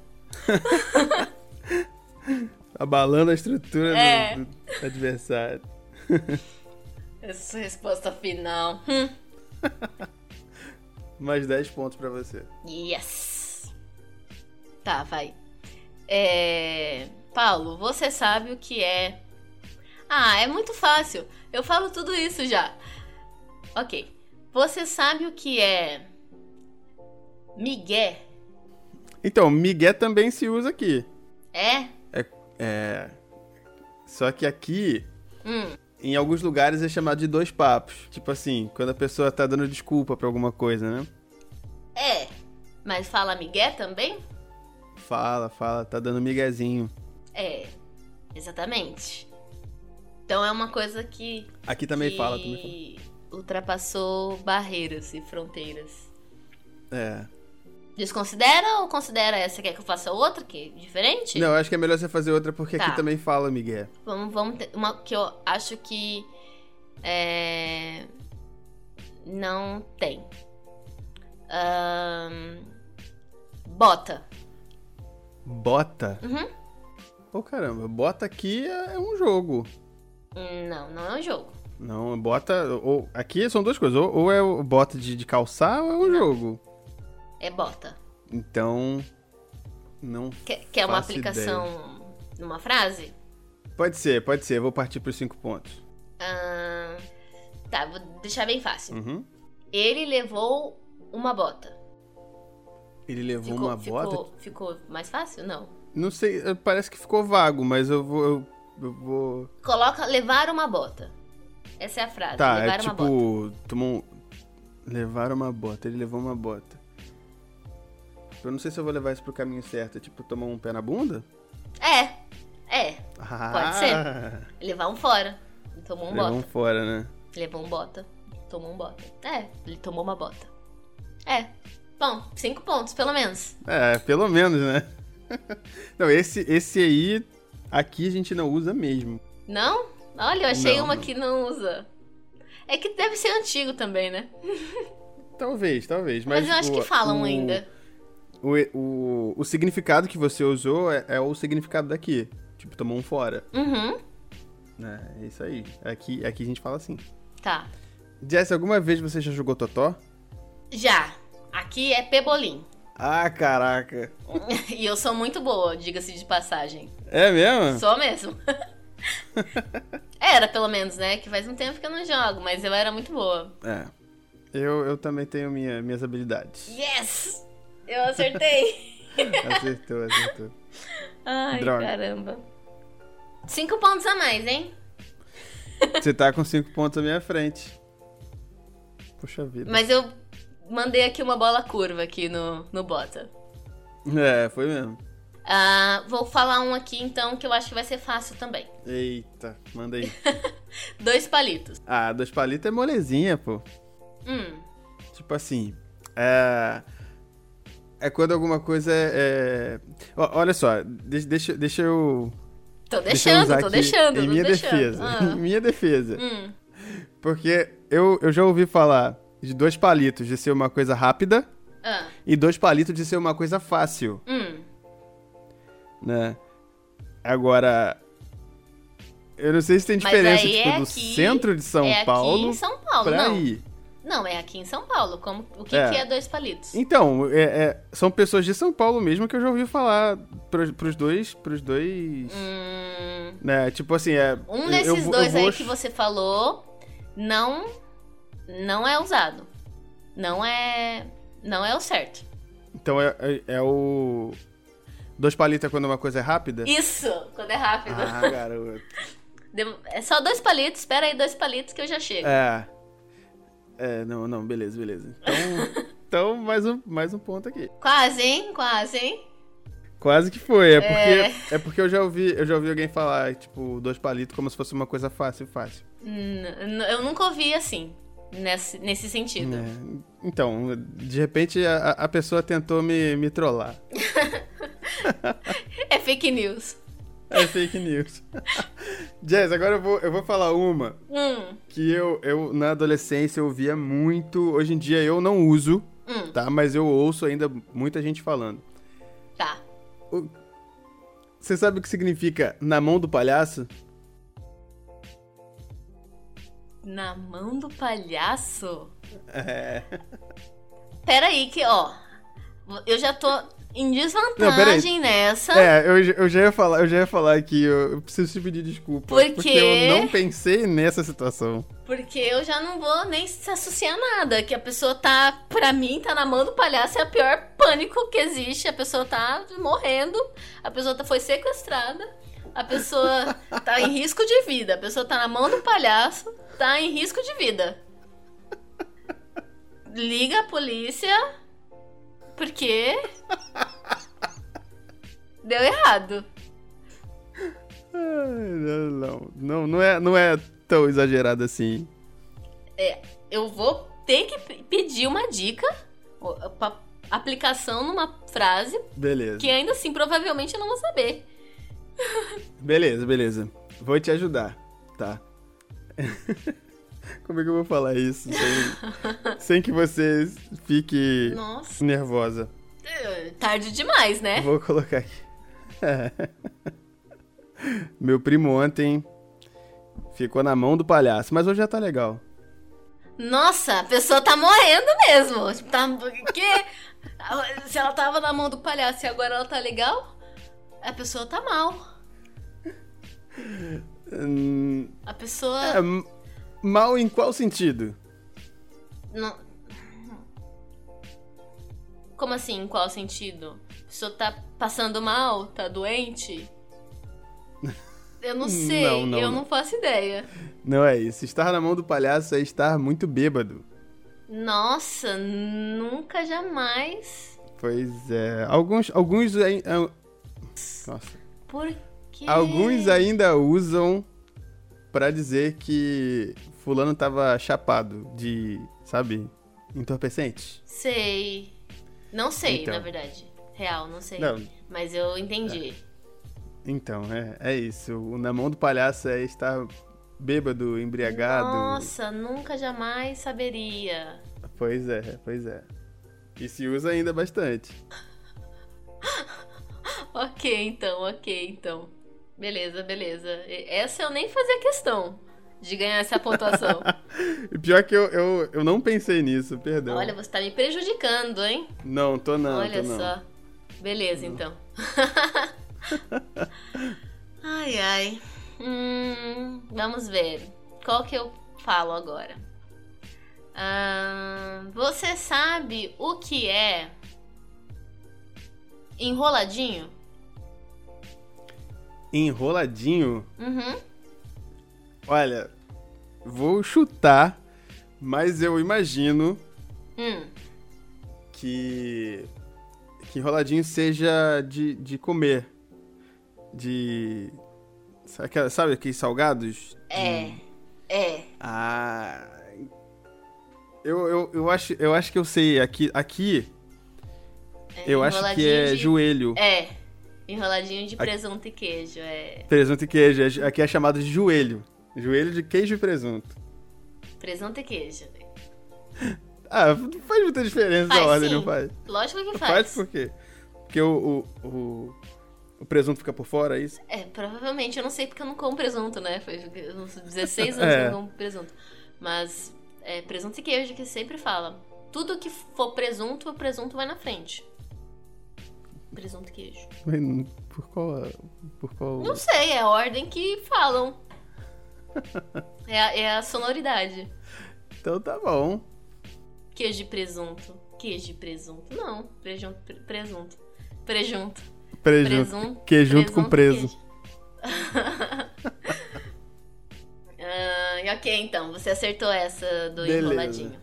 [SPEAKER 2] Abalando a estrutura do-
[SPEAKER 1] É.
[SPEAKER 2] do, adversário.
[SPEAKER 1] Essa resposta final. Hum.
[SPEAKER 2] Mais 10 pontos pra você.
[SPEAKER 1] Yes! Tá, vai. É... Paulo, você sabe o que é. Ah, é muito fácil. Eu falo tudo isso já. Ok. Você sabe o que é. Migué?
[SPEAKER 2] Então, migué também se usa aqui.
[SPEAKER 1] É?
[SPEAKER 2] É. Só que aqui,
[SPEAKER 1] Hum.
[SPEAKER 2] em alguns lugares, é chamado de dois papos. Tipo assim, quando a pessoa tá dando desculpa pra alguma coisa, né?
[SPEAKER 1] É. Mas fala Migué também?
[SPEAKER 2] Fala, fala, tá dando miguezinho.
[SPEAKER 1] É. Exatamente. Então é uma coisa que.
[SPEAKER 2] Aqui também
[SPEAKER 1] que
[SPEAKER 2] fala, também fala.
[SPEAKER 1] Ultrapassou barreiras e fronteiras.
[SPEAKER 2] É.
[SPEAKER 1] Desconsidera ou considera essa? Quer que eu faça outra que é diferente?
[SPEAKER 2] Não, eu acho que é melhor você fazer outra porque
[SPEAKER 1] Tá.
[SPEAKER 2] aqui também fala, Miguel.
[SPEAKER 1] Vamos, vamos ter uma que eu acho que é, não tem. Ahn, Bota.
[SPEAKER 2] Bota.
[SPEAKER 1] Uhum.
[SPEAKER 2] Ô caramba, bota aqui é é um jogo.
[SPEAKER 1] Não, não é um jogo.
[SPEAKER 2] Não, bota. Ou, aqui são duas coisas. Ou, ou é o bota de, de calçar ou é um jogo.
[SPEAKER 1] É bota.
[SPEAKER 2] Então. Não.
[SPEAKER 1] Quer, quer uma
[SPEAKER 2] Faço
[SPEAKER 1] aplicação numa frase?
[SPEAKER 2] Pode ser, pode ser. Vou partir pros cinco pontos.
[SPEAKER 1] Ahn, Tá, vou deixar bem fácil.
[SPEAKER 2] Uhum.
[SPEAKER 1] Ele levou uma bota.
[SPEAKER 2] Ele levou
[SPEAKER 1] Ficou-
[SPEAKER 2] uma
[SPEAKER 1] ficou,
[SPEAKER 2] bota.
[SPEAKER 1] Ficou mais fácil? Não.
[SPEAKER 2] Não sei, eh, parece que ficou vago, mas eu vou. Eu, eu vou...
[SPEAKER 1] Coloca levar uma bota. Essa é a frase.
[SPEAKER 2] Tá,
[SPEAKER 1] levar
[SPEAKER 2] é
[SPEAKER 1] uma bota.
[SPEAKER 2] tipo. Tomou. um- Levaram uma bota, ele levou uma bota. Eu não sei se eu vou levar isso pro caminho certo. É tipo, tomar um pé na bunda?
[SPEAKER 1] É. É.
[SPEAKER 2] Ah,
[SPEAKER 1] ser. Levar um fora. Ele tomou um
[SPEAKER 2] Levou um
[SPEAKER 1] bota.
[SPEAKER 2] fora, né?
[SPEAKER 1] Levou um bota. Tomou um bota. É, ele tomou uma bota. É. Bom, cinco pontos, pelo menos.
[SPEAKER 2] É, pelo menos, né? Não, esse, esse aí, aqui a gente não usa mesmo.
[SPEAKER 1] Não? Olha, eu achei
[SPEAKER 2] Não,
[SPEAKER 1] uma
[SPEAKER 2] não.
[SPEAKER 1] que não usa. É que deve ser antigo também, né?
[SPEAKER 2] Talvez, talvez.
[SPEAKER 1] Mas,
[SPEAKER 2] Mas,
[SPEAKER 1] eu acho
[SPEAKER 2] o-
[SPEAKER 1] que falam
[SPEAKER 2] o-
[SPEAKER 1] ainda.
[SPEAKER 2] O, o, o significado que você usou é, é o significado daqui. Tipo, tomou um fora.
[SPEAKER 1] Uhum.
[SPEAKER 2] né? É isso aí. Aqui, aqui a gente fala assim.
[SPEAKER 1] Tá.
[SPEAKER 2] Jess, alguma vez você já jogou Totó?
[SPEAKER 1] Já. Aqui é pebolim.
[SPEAKER 2] Ah, caraca.
[SPEAKER 1] e eu sou muito boa, diga-se de passagem.
[SPEAKER 2] É mesmo?
[SPEAKER 1] Sou mesmo. era, pelo menos, né? Que faz um tempo que eu não jogo, mas eu era muito boa.
[SPEAKER 2] É. Eu, eu também tenho minha, minhas habilidades.
[SPEAKER 1] Yes! Eu acertei!
[SPEAKER 2] Acertou, acertou.
[SPEAKER 1] Ai,
[SPEAKER 2] Droga.
[SPEAKER 1] caramba. Cinco pontos a mais, hein?
[SPEAKER 2] Você tá com cinco pontos à minha frente. Puxa vida.
[SPEAKER 1] Mas eu mandei aqui uma bola curva aqui no, no Bota.
[SPEAKER 2] É, foi mesmo.
[SPEAKER 1] Ah, vou falar um aqui, então, que eu acho que vai ser fácil também.
[SPEAKER 2] Eita, manda aí.
[SPEAKER 1] Dois palitos.
[SPEAKER 2] Ah, dois palitos é molezinha, pô.
[SPEAKER 1] Hum,
[SPEAKER 2] Tipo assim, é. É quando alguma coisa é. Ó, Olha só, de- deixa, deixa eu.
[SPEAKER 1] tô
[SPEAKER 2] deixa eu
[SPEAKER 1] deixando,
[SPEAKER 2] usar
[SPEAKER 1] tô
[SPEAKER 2] aqui
[SPEAKER 1] deixando.
[SPEAKER 2] Em
[SPEAKER 1] tô
[SPEAKER 2] minha
[SPEAKER 1] deixando.
[SPEAKER 2] defesa. Em
[SPEAKER 1] Ah,
[SPEAKER 2] minha defesa.
[SPEAKER 1] hum,
[SPEAKER 2] Porque eu, eu já ouvi falar de dois palitos de ser uma coisa rápida
[SPEAKER 1] ah,
[SPEAKER 2] e dois palitos de ser uma coisa fácil,
[SPEAKER 1] hum.
[SPEAKER 2] né? Agora. Eu não sei se tem
[SPEAKER 1] Mas
[SPEAKER 2] diferença
[SPEAKER 1] aí
[SPEAKER 2] tipo,
[SPEAKER 1] é
[SPEAKER 2] do
[SPEAKER 1] aqui-
[SPEAKER 2] centro de São
[SPEAKER 1] é aqui
[SPEAKER 2] Paulo
[SPEAKER 1] em São Paulo,
[SPEAKER 2] pra
[SPEAKER 1] não.
[SPEAKER 2] aí.
[SPEAKER 1] Não, é aqui em São Paulo. Como, o que
[SPEAKER 2] É.
[SPEAKER 1] que é dois palitos?
[SPEAKER 2] Então, é- é- são pessoas de São Paulo mesmo que eu já ouvi falar pros, pros dois, pros dois,
[SPEAKER 1] Hum,
[SPEAKER 2] né? Tipo assim, é
[SPEAKER 1] um
[SPEAKER 2] eu-
[SPEAKER 1] desses
[SPEAKER 2] eu vou- eu
[SPEAKER 1] dois aí
[SPEAKER 2] vou-
[SPEAKER 1] que você falou não não é usado. Não é não é o certo.
[SPEAKER 2] Então é, é- é o Dois palitos é quando uma coisa é rápida?
[SPEAKER 1] Isso, quando é rápido.
[SPEAKER 2] Ah, garoto.
[SPEAKER 1] Dem- É só dois palitos, espera aí dois palitos que eu já chego.
[SPEAKER 2] É. É, não, não, beleza, beleza. Então, então mais, um, mais um ponto aqui.
[SPEAKER 1] Quase, hein? Quase, hein?
[SPEAKER 2] Quase que foi, é porque, é porque eu, já ouvi, eu já ouvi alguém falar, tipo, dois palitos como se fosse uma coisa fácil, fácil.
[SPEAKER 1] N- n- eu nunca ouvi assim, nesse, nesse sentido.
[SPEAKER 2] É, Então, de repente a, a pessoa tentou me, me trollar.
[SPEAKER 1] É fake news.
[SPEAKER 2] É fake news. Jazz, agora eu vou, eu vou falar uma
[SPEAKER 1] Hum,
[SPEAKER 2] que eu, eu, na adolescência, eu via muito. Hoje em dia eu não uso,
[SPEAKER 1] hum,
[SPEAKER 2] tá? Mas eu ouço ainda muita gente falando.
[SPEAKER 1] tá.
[SPEAKER 2] Você sabe o que significa na mão do palhaço?
[SPEAKER 1] Na mão do palhaço?
[SPEAKER 2] É.
[SPEAKER 1] Pera aí que, ó, eu já tô em
[SPEAKER 2] Não, pera
[SPEAKER 1] desvantagem
[SPEAKER 2] aí.
[SPEAKER 1] nessa.
[SPEAKER 2] É, eu, eu já ia falar, eu já ia falar que eu, eu preciso te pedir desculpa.
[SPEAKER 1] Por
[SPEAKER 2] Porque
[SPEAKER 1] quê?
[SPEAKER 2] eu não pensei nessa situação.
[SPEAKER 1] Porque eu já não vou nem se associar a nada. Que a pessoa tá, pra mim, tá na mão do palhaço, é o pior pânico que existe. A pessoa tá morrendo, a pessoa tá, foi sequestrada, a pessoa tá em risco de vida. A pessoa tá na mão do palhaço, tá em risco de vida. Liga a polícia, porque. Deu errado.
[SPEAKER 2] Ai, não, não, não, não é, não é tão exagerado assim.
[SPEAKER 1] eu vou ter que pe- pedir uma dica, ou, pa- aplicação numa frase
[SPEAKER 2] Beleza.
[SPEAKER 1] que ainda assim provavelmente eu não vou saber.
[SPEAKER 2] Beleza, beleza. Vou te ajudar, tá? Como é que eu vou falar isso sem, sem que você fique
[SPEAKER 1] Nossa,
[SPEAKER 2] nervosa?
[SPEAKER 1] eh, tarde demais, né?
[SPEAKER 2] Vou colocar aqui. Meu primo ontem ficou na mão do palhaço, mas hoje já tá legal.
[SPEAKER 1] Nossa, a pessoa tá morrendo mesmo. Tipo, tá, que? Se ela tava na mão do palhaço e agora ela tá legal, a pessoa tá mal.
[SPEAKER 2] Hum,
[SPEAKER 1] A pessoa.
[SPEAKER 2] é, m- mal em qual sentido?
[SPEAKER 1] Não... Como assim? Em qual sentido? A pessoa tá passando mal? Tá doente? Eu não sei,
[SPEAKER 2] Não, não,
[SPEAKER 1] eu
[SPEAKER 2] não.
[SPEAKER 1] não faço ideia.
[SPEAKER 2] Não é isso. Estar na mão do palhaço é estar muito bêbado.
[SPEAKER 1] Nossa, nunca jamais.
[SPEAKER 2] Pois é. Alguns. Alguns. ai- ah, Nossa.
[SPEAKER 1] Por quê?
[SPEAKER 2] Alguns ainda usam pra dizer que fulano tava chapado de, sabe, entorpecente.
[SPEAKER 1] Sei. Não sei,
[SPEAKER 2] Então.
[SPEAKER 1] na verdade. Real, não sei.
[SPEAKER 2] Não. É,
[SPEAKER 1] Mas eu entendi.
[SPEAKER 2] Então, é, é isso. O na mão do palhaço é estar bêbado, embriagado.
[SPEAKER 1] Nossa, nunca jamais saberia.
[SPEAKER 2] Pois é, pois é. E se usa ainda bastante.
[SPEAKER 1] Ok, então, ok, então. Beleza, beleza. E- Essa eu nem fazia questão de ganhar essa pontuação.
[SPEAKER 2] E pior que eu, eu, eu não pensei nisso, perdão.
[SPEAKER 1] Olha, você tá me prejudicando, hein?
[SPEAKER 2] Não, tô não,
[SPEAKER 1] Olha
[SPEAKER 2] tô não.
[SPEAKER 1] só. Beleza, então. ai, ai. Hum, vamos ver. Qual que eu falo agora? Ah, você sabe o que é enroladinho?
[SPEAKER 2] Enroladinho.
[SPEAKER 1] Uhum.
[SPEAKER 2] Olha, vou chutar, mas eu imagino
[SPEAKER 1] Hum.
[SPEAKER 2] que que enroladinho seja de, de comer. De sabe, aquela- sabe aqueles salgados?
[SPEAKER 1] É. É.
[SPEAKER 2] Ah, eu, eu, eu acho eu acho que eu sei aqui aqui eu acho que
[SPEAKER 1] enroladinho
[SPEAKER 2] é
[SPEAKER 1] de-
[SPEAKER 2] joelho.
[SPEAKER 1] É. Enroladinho de presunto e queijo, é.
[SPEAKER 2] Presunto e queijo, é ju- aqui é chamado de joelho. Joelho de queijo e presunto.
[SPEAKER 1] Presunto e queijo.
[SPEAKER 2] Ah, faz muita diferença
[SPEAKER 1] Faz,
[SPEAKER 2] a ordem,
[SPEAKER 1] sim.
[SPEAKER 2] não faz?
[SPEAKER 1] Lógico que
[SPEAKER 2] Faz
[SPEAKER 1] faz.
[SPEAKER 2] por quê? Porque o, o, o, o presunto fica por fora, é isso?
[SPEAKER 1] É, provavelmente eu não sei porque eu não como presunto, né? Foi uns 16 anos que eu
[SPEAKER 2] É.
[SPEAKER 1] não como presunto. Mas é presunto e queijo que sempre fala. Tudo que for presunto, o presunto vai na frente. Presunto e queijo.
[SPEAKER 2] Mas não- Por qual. a- Por qual.
[SPEAKER 1] Não sei, é a ordem que falam. É a, é a sonoridade.
[SPEAKER 2] Então tá bom.
[SPEAKER 1] Queijo e presunto. Queijo e presunto. Não, presunto. Presunto. Presunto.
[SPEAKER 2] Presunto.
[SPEAKER 1] Presunto.
[SPEAKER 2] Que junto com preso.
[SPEAKER 1] queijo. Ah, ok, então, você acertou essa do
[SPEAKER 2] Beleza.
[SPEAKER 1] enroladinho.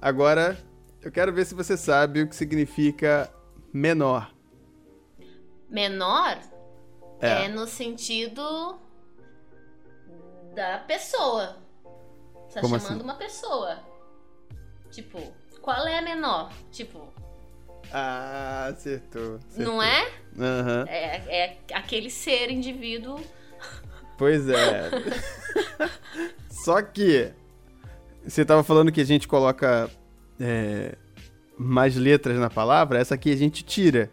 [SPEAKER 2] Agora, eu quero ver se você sabe o que significa menor.
[SPEAKER 1] Menor é.
[SPEAKER 2] É.
[SPEAKER 1] no sentido da pessoa. Você tá
[SPEAKER 2] Como
[SPEAKER 1] chamando
[SPEAKER 2] assim?
[SPEAKER 1] uma pessoa. Tipo, qual é a menor? Tipo,
[SPEAKER 2] Ah, acertou. acertou.
[SPEAKER 1] não é?
[SPEAKER 2] Aham.
[SPEAKER 1] é? É aquele ser, indivíduo.
[SPEAKER 2] Pois é. Só que você tava falando que a gente coloca é, mais letras na palavra, essa aqui a gente tira.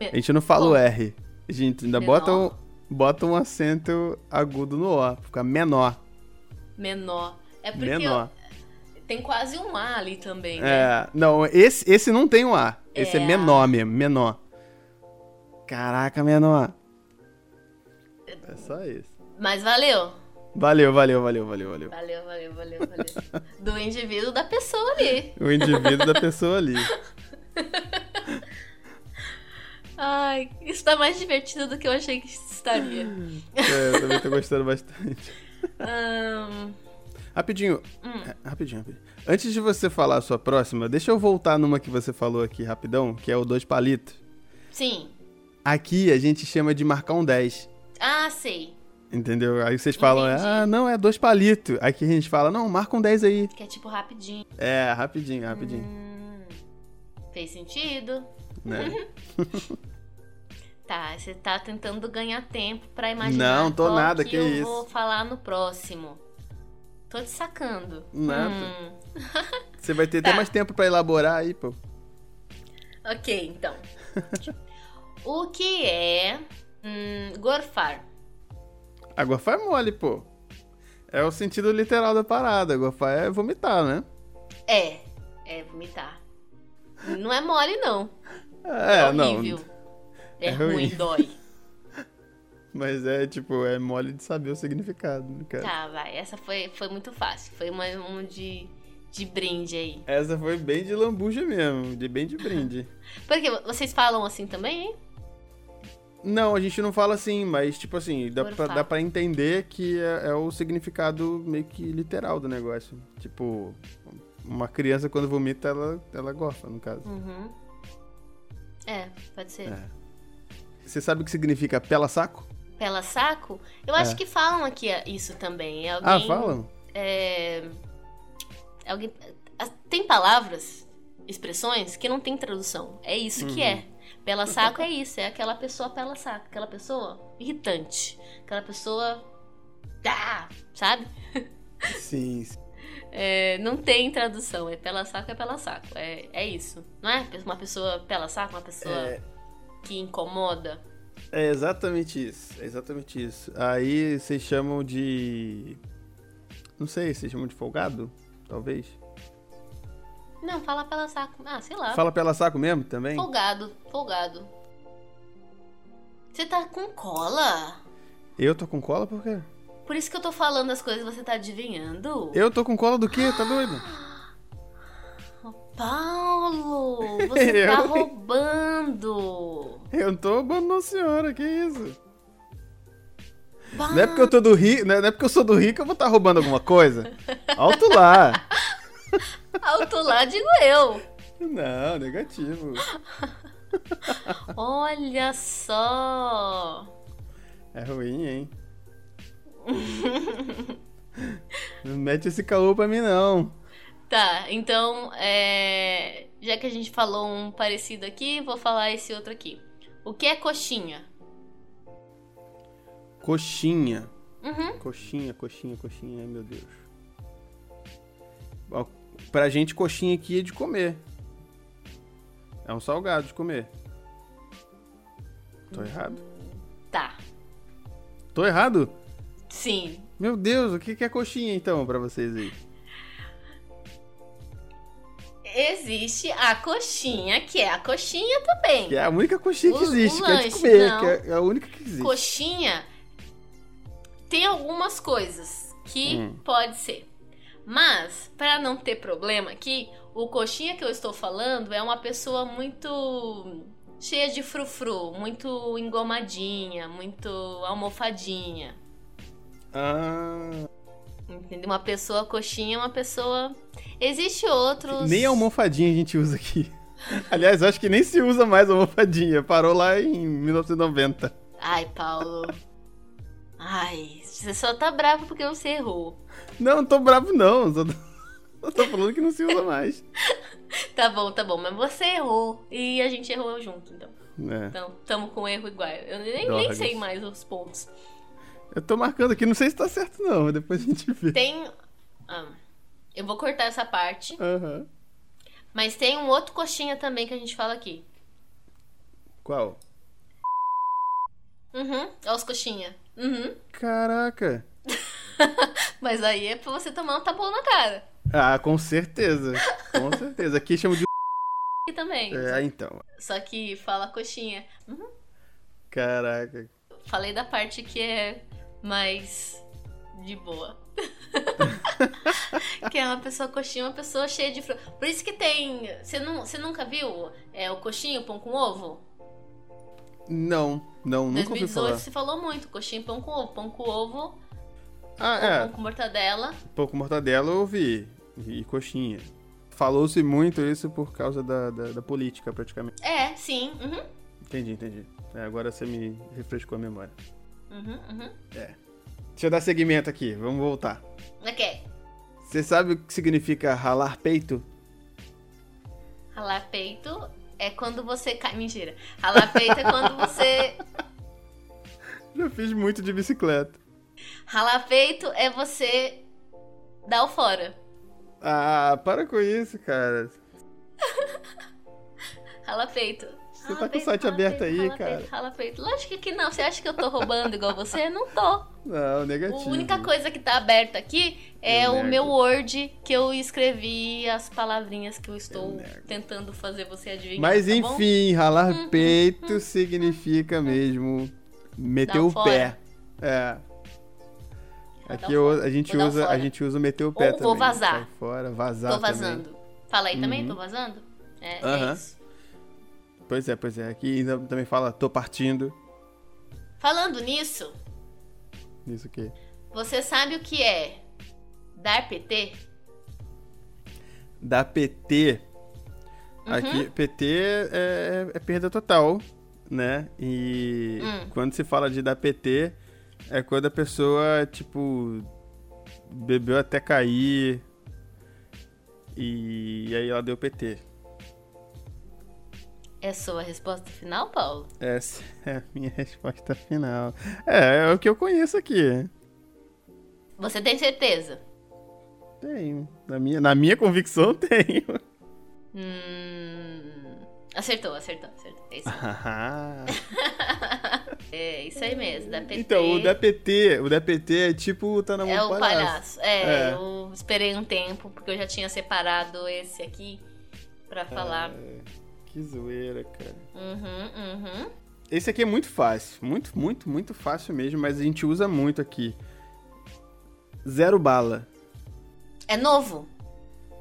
[SPEAKER 2] A gente não fala o
[SPEAKER 1] Como?
[SPEAKER 2] R. A gente ainda
[SPEAKER 1] É. Menor.
[SPEAKER 2] bota um, bota um acento agudo no O, fica menor.
[SPEAKER 1] Menor. É porque
[SPEAKER 2] menor.
[SPEAKER 1] tem quase um A ali também, né?
[SPEAKER 2] É, não, esse, esse não tem um A. Esse é,
[SPEAKER 1] É.
[SPEAKER 2] menor mesmo, menor. Caraca, menor. É só isso.
[SPEAKER 1] Mas valeu.
[SPEAKER 2] Valeu, valeu, valeu, valeu, valeu.
[SPEAKER 1] Valeu, valeu, valeu, valeu. Do indivíduo da pessoa ali.
[SPEAKER 2] O indivíduo da pessoa ali.
[SPEAKER 1] Ai, isso tá mais divertido do que eu achei que estaria.
[SPEAKER 2] É, eu também tô gostando bastante.
[SPEAKER 1] Ahn, Hum.
[SPEAKER 2] Rapidinho. é, Rapidinho, rapidinho. Antes de você falar a sua próxima, deixa eu voltar numa que você falou aqui rapidão, que é o dois palitos.
[SPEAKER 1] sim.
[SPEAKER 2] Aqui a gente chama de marcar um 10.
[SPEAKER 1] Ah, sei.
[SPEAKER 2] Entendeu? Aí vocês falam,
[SPEAKER 1] Entendi.
[SPEAKER 2] ah, não, é dois palitos. Aqui a gente fala, não, marca um 10 aí.
[SPEAKER 1] Que é tipo rapidinho.
[SPEAKER 2] É, rapidinho, rapidinho.
[SPEAKER 1] Hum, fez sentido.
[SPEAKER 2] né?
[SPEAKER 1] Tá, você tá tentando ganhar tempo pra imaginar
[SPEAKER 2] Não, tô
[SPEAKER 1] qual
[SPEAKER 2] nada, que
[SPEAKER 1] eu
[SPEAKER 2] isso.
[SPEAKER 1] vou falar no próximo. Tô te sacando.
[SPEAKER 2] Nada.
[SPEAKER 1] Hum,
[SPEAKER 2] Você vai ter até
[SPEAKER 1] Tá.
[SPEAKER 2] mais tempo pra elaborar aí, pô.
[SPEAKER 1] ok, então. o que é hum, gorfar?
[SPEAKER 2] Agorfar é mole, pô. É o sentido literal da parada. Agorfar é vomitar, né?
[SPEAKER 1] É, é vomitar. Não é mole, não.
[SPEAKER 2] É, não.
[SPEAKER 1] horrível. É,
[SPEAKER 2] É
[SPEAKER 1] ruim,
[SPEAKER 2] ruim.
[SPEAKER 1] dói.
[SPEAKER 2] Mas é, tipo, é mole de saber o significado, né, cara.
[SPEAKER 1] Tá, vai. Essa foi, foi muito fácil. Foi uma, um de, de brinde aí.
[SPEAKER 2] Essa foi bem de lambuja mesmo, de bem de brinde.
[SPEAKER 1] Porque vocês falam assim também, hein?
[SPEAKER 2] Não, a gente não fala assim, mas, tipo assim, dá pra,
[SPEAKER 1] Gorfar.
[SPEAKER 2] dá pra entender que é, é o significado meio que literal do negócio. Tipo, uma criança quando vomita, ela, ela gofa, no caso.
[SPEAKER 1] Uhum. É, pode ser.
[SPEAKER 2] É. Você sabe o que significa pela saco?
[SPEAKER 1] Pela saco? Eu
[SPEAKER 2] É.
[SPEAKER 1] acho que falam aqui é, isso também. É alguém,
[SPEAKER 2] Ah, falam?
[SPEAKER 1] É, alguém, as- tem palavras, expressões que não tem tradução. É isso que é.
[SPEAKER 2] Uhum.
[SPEAKER 1] Pela saco é isso. É aquela pessoa pela saco. Aquela pessoa irritante. Aquela pessoa. Ah, sabe?
[SPEAKER 2] Sim, sim.
[SPEAKER 1] É, não tem tradução, é pela saco, é pela saco. É, é isso, não é? Uma pessoa pela saco, uma pessoa
[SPEAKER 2] É,
[SPEAKER 1] que incomoda.
[SPEAKER 2] é exatamente isso. É exatamente isso. Aí vocês chamam de. Não sei, vocês chamam de folgado? Talvez.
[SPEAKER 1] Não, fala pela saco. Ah, sei lá.
[SPEAKER 2] Fala pela saco mesmo também?
[SPEAKER 1] Folgado, folgado. Você tá com cola?
[SPEAKER 2] Eu tô com cola por quê?
[SPEAKER 1] Por isso que eu tô falando as coisas e você tá adivinhando?
[SPEAKER 2] Eu tô com cola do quê? Tá doido?
[SPEAKER 1] Paulo, você tá
[SPEAKER 2] Eu?
[SPEAKER 1] roubando.
[SPEAKER 2] Eu não tô roubando não, senhora, que isso?
[SPEAKER 1] Paulo.
[SPEAKER 2] Não é porque eu tô do Rio, não é não é porque eu sou do Rio que eu vou estar roubando alguma coisa. Alto lá.
[SPEAKER 1] Alto lá, digo eu.
[SPEAKER 2] Não, negativo.
[SPEAKER 1] Olha só.
[SPEAKER 2] É ruim, hein? Não mete esse caô pra mim, não.
[SPEAKER 1] Tá, então, é, já que a gente falou um parecido aqui, vou falar esse outro aqui. O que é coxinha?
[SPEAKER 2] Coxinha.
[SPEAKER 1] Uhum.
[SPEAKER 2] Coxinha, coxinha, coxinha. Ai, meu Deus. Ó, Pra gente, coxinha aqui é de comer. É um salgado de comer. Tô errado?
[SPEAKER 1] Tá,
[SPEAKER 2] Tô errado?
[SPEAKER 1] sim.
[SPEAKER 2] Meu Deus, o que que é coxinha então pra vocês aí?
[SPEAKER 1] Existe a coxinha, que é a coxinha também.
[SPEAKER 2] Que é a única coxinha que
[SPEAKER 1] O- o
[SPEAKER 2] existe, que é de
[SPEAKER 1] lanche,
[SPEAKER 2] comer,
[SPEAKER 1] não.
[SPEAKER 2] que é a única que existe.
[SPEAKER 1] Coxinha tem algumas coisas que
[SPEAKER 2] Hum.
[SPEAKER 1] pode ser. Mas, pra não ter problema aqui, o coxinha que eu estou falando é uma pessoa muito cheia de frufru, muito engomadinha, muito almofadinha.
[SPEAKER 2] Ah,
[SPEAKER 1] Entendeu? Uma pessoa coxinha, uma pessoa. Existe outros.
[SPEAKER 2] nem é um a almofadinha a gente usa aqui. Aliás, acho que nem se usa mais a almofadinha. Parou lá em 1990.
[SPEAKER 1] Ai, Paulo. Ai, você só tá bravo porque você errou.
[SPEAKER 2] Não, não tô bravo não. Só tô, só tô falando que não se usa mais.
[SPEAKER 1] Tá bom, tá bom, mas você errou. E a gente errou junto, então.
[SPEAKER 2] É.
[SPEAKER 1] Então, tamo com erro igual. Eu nem, nem
[SPEAKER 2] Drogas.
[SPEAKER 1] sei mais os pontos.
[SPEAKER 2] Eu tô marcando aqui, não sei se tá certo não, mas depois a gente vê.
[SPEAKER 1] Tem. ah, eu vou cortar essa parte.
[SPEAKER 2] Aham.
[SPEAKER 1] Mas tem um outro coxinha também que a gente fala aqui.
[SPEAKER 2] Qual?
[SPEAKER 1] Uhum, ó os coxinha. Uhum.
[SPEAKER 2] Caraca.
[SPEAKER 1] Mas aí é pra você tomar um tapão na cara.
[SPEAKER 2] Ah, com certeza. Com certeza. Aqui chama de.
[SPEAKER 1] E também.
[SPEAKER 2] É, então.
[SPEAKER 1] Só que fala coxinha. Uhum.
[SPEAKER 2] Caraca.
[SPEAKER 1] Falei da parte que é mais de boa. que é uma pessoa coxinha, uma pessoa cheia de fruta. Por isso que tem. Você, nu- você nunca viu é, o coxinho, pão com ovo?
[SPEAKER 2] Não, não, nunca ouvi
[SPEAKER 1] 2018
[SPEAKER 2] falar.
[SPEAKER 1] se falou muito, coxinha, pão com ovo, pão com ovo,
[SPEAKER 2] Ah,
[SPEAKER 1] pão
[SPEAKER 2] é.
[SPEAKER 1] com mortadela.
[SPEAKER 2] Pouco mortadela eu ouvi. E coxinha. Falou-se muito isso por causa da, da, da política, praticamente.
[SPEAKER 1] É, sim. Uhum.
[SPEAKER 2] Entendi, entendi. É, agora você me refrescou a memória.
[SPEAKER 1] Uhum, uhum.
[SPEAKER 2] Deixa eu dar seguimento aqui, vamos voltar.
[SPEAKER 1] Ok.
[SPEAKER 2] Você sabe o que significa ralar peito?
[SPEAKER 1] Ralar peito é quando você cai. Mentira. Ralar peito é quando você.
[SPEAKER 2] Já fiz muito de bicicleta.
[SPEAKER 1] Ralar peito é você dar o fora.
[SPEAKER 2] Ah, para com isso, cara.
[SPEAKER 1] Ralar peito. Você
[SPEAKER 2] tá com o site aberto aí, cara.
[SPEAKER 1] Peito, rala peito. Lógico que não. Você acha que eu tô roubando igual você? Não tô.
[SPEAKER 2] Não, negativo.
[SPEAKER 1] A única coisa que tá aberta aqui é
[SPEAKER 2] Eu
[SPEAKER 1] o
[SPEAKER 2] nego.
[SPEAKER 1] meu Word que eu escrevi as palavrinhas que eu estou
[SPEAKER 2] nego.
[SPEAKER 1] tentando fazer você adivinhar.
[SPEAKER 2] Mas
[SPEAKER 1] tá bom? Uhum.
[SPEAKER 2] enfim, ralar peito significa mesmo meter
[SPEAKER 1] Dar
[SPEAKER 2] o
[SPEAKER 1] fora.
[SPEAKER 2] pé. É.
[SPEAKER 1] Tá
[SPEAKER 2] Aqui eu- a gente
[SPEAKER 1] um Vou dar
[SPEAKER 2] usa, a
[SPEAKER 1] fora.
[SPEAKER 2] gente usa meter o pé
[SPEAKER 1] Ou
[SPEAKER 2] também. né?
[SPEAKER 1] vou vazar.
[SPEAKER 2] Sai fora, vazar
[SPEAKER 1] Tô
[SPEAKER 2] também.
[SPEAKER 1] vazando. Fala aí também,
[SPEAKER 2] Uhum.
[SPEAKER 1] tô vazando? É, é
[SPEAKER 2] Aham.
[SPEAKER 1] isso.
[SPEAKER 2] Pois é, pois é. Aqui ainda também fala tô partindo.
[SPEAKER 1] Falando nisso,
[SPEAKER 2] Isso aqui.
[SPEAKER 1] Você sabe o que é dar PT?
[SPEAKER 2] Da PT.
[SPEAKER 1] Uhum.
[SPEAKER 2] Aqui PT é, é perda total, né? E
[SPEAKER 1] Hum.
[SPEAKER 2] quando se fala de dar PT é quando a pessoa tipo bebeu até cair e aí ela deu PT.
[SPEAKER 1] É sua resposta final, Paulo?
[SPEAKER 2] Essa é a minha resposta final. É, é o que eu conheço aqui.
[SPEAKER 1] Você tem certeza?
[SPEAKER 2] Tenho. Na minha, na minha convicção, tenho.
[SPEAKER 1] Hum... Acertou, acertou, acertou. É isso,
[SPEAKER 2] Ah. Haha.
[SPEAKER 1] é isso aí mesmo, da PT.
[SPEAKER 2] Então, o DPT, o DPT é tipo tá na mão
[SPEAKER 1] É
[SPEAKER 2] do
[SPEAKER 1] o palhaço. É,
[SPEAKER 2] É.
[SPEAKER 1] eu esperei um tempo, porque eu já tinha separado esse aqui
[SPEAKER 2] É.
[SPEAKER 1] pra falar.
[SPEAKER 2] Que zoeira, cara.
[SPEAKER 1] Uhum, uhum.
[SPEAKER 2] Esse aqui é muito fácil, muito, muito, muito fácil mesmo, mas a gente usa muito aqui. Zero bala.
[SPEAKER 1] É novo?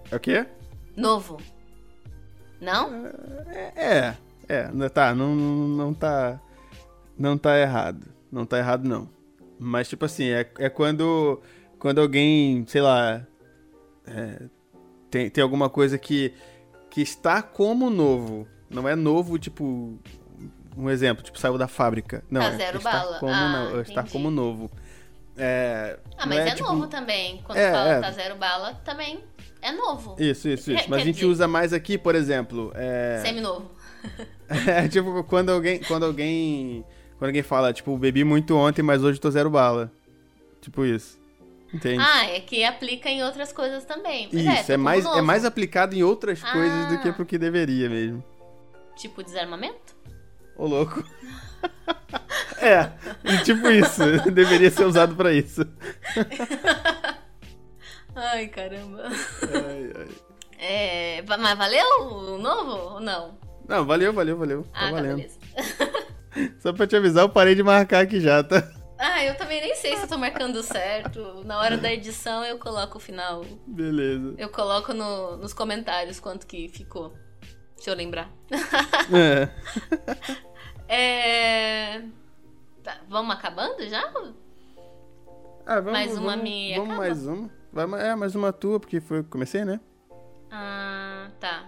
[SPEAKER 2] É o quê?
[SPEAKER 1] Novo. Não?
[SPEAKER 2] É, é, é, né, tá, não, não, não tá, não tá errado, não tá errado não. Mas tipo assim, é, é quando, quando alguém, sei lá, é, tem, tem alguma coisa que, que está como novo, não é novo tipo, um exemplo, tipo saiu da fábrica, não,
[SPEAKER 1] Tá
[SPEAKER 2] é
[SPEAKER 1] zero
[SPEAKER 2] está
[SPEAKER 1] bala.
[SPEAKER 2] como,
[SPEAKER 1] Ah,
[SPEAKER 2] no- está
[SPEAKER 1] entendi.
[SPEAKER 2] como novo. É,
[SPEAKER 1] Ah,
[SPEAKER 2] não
[SPEAKER 1] mas é,
[SPEAKER 2] tipo,
[SPEAKER 1] novo também. Quando
[SPEAKER 2] É,
[SPEAKER 1] fala
[SPEAKER 2] é.
[SPEAKER 1] tá zero bala, também é novo.
[SPEAKER 2] Isso, isso, isso.
[SPEAKER 1] Quer-
[SPEAKER 2] Mas
[SPEAKER 1] quer
[SPEAKER 2] a gente
[SPEAKER 1] dizer-
[SPEAKER 2] usa mais aqui, por exemplo, é,
[SPEAKER 1] Seminovo.
[SPEAKER 2] É tipo quando alguém. Quando alguém. Quando alguém fala, tipo, bebi muito ontem, mas hoje tô zero bala. Tipo isso. Entende?
[SPEAKER 1] Ah, é que aplica em outras coisas também. Mas
[SPEAKER 2] isso,
[SPEAKER 1] tá
[SPEAKER 2] é,
[SPEAKER 1] como
[SPEAKER 2] mais, é
[SPEAKER 1] novo.
[SPEAKER 2] mais aplicado em outras
[SPEAKER 1] Ah.
[SPEAKER 2] coisas do que pro que deveria mesmo.
[SPEAKER 1] Tipo desarmamento?
[SPEAKER 2] Ô louco. é, tipo isso. deveria ser usado pra isso.
[SPEAKER 1] Ai, caramba.
[SPEAKER 2] Ai, ai.
[SPEAKER 1] É, va- mas valeu o novo ou não?
[SPEAKER 2] Não, valeu, valeu, valeu. Tá
[SPEAKER 1] ah, tá,
[SPEAKER 2] valendo.
[SPEAKER 1] beleza.
[SPEAKER 2] Só pra te avisar, eu parei de marcar aqui já, tá?
[SPEAKER 1] Ah, eu também nem sei se eu tô marcando certo. Na hora da edição eu coloco o final.
[SPEAKER 2] Beleza.
[SPEAKER 1] Eu coloco no- nos comentários quanto que ficou. Se eu lembrar.
[SPEAKER 2] É.
[SPEAKER 1] É... tá, Vamos acabando já?
[SPEAKER 2] Ah, vamos,
[SPEAKER 1] Mais uma
[SPEAKER 2] vamos-
[SPEAKER 1] minha,
[SPEAKER 2] Vamos
[SPEAKER 1] acaba.
[SPEAKER 2] mais uma. Vai, ma- é, mais uma tua, porque foi comecei, né?
[SPEAKER 1] Ah, tá.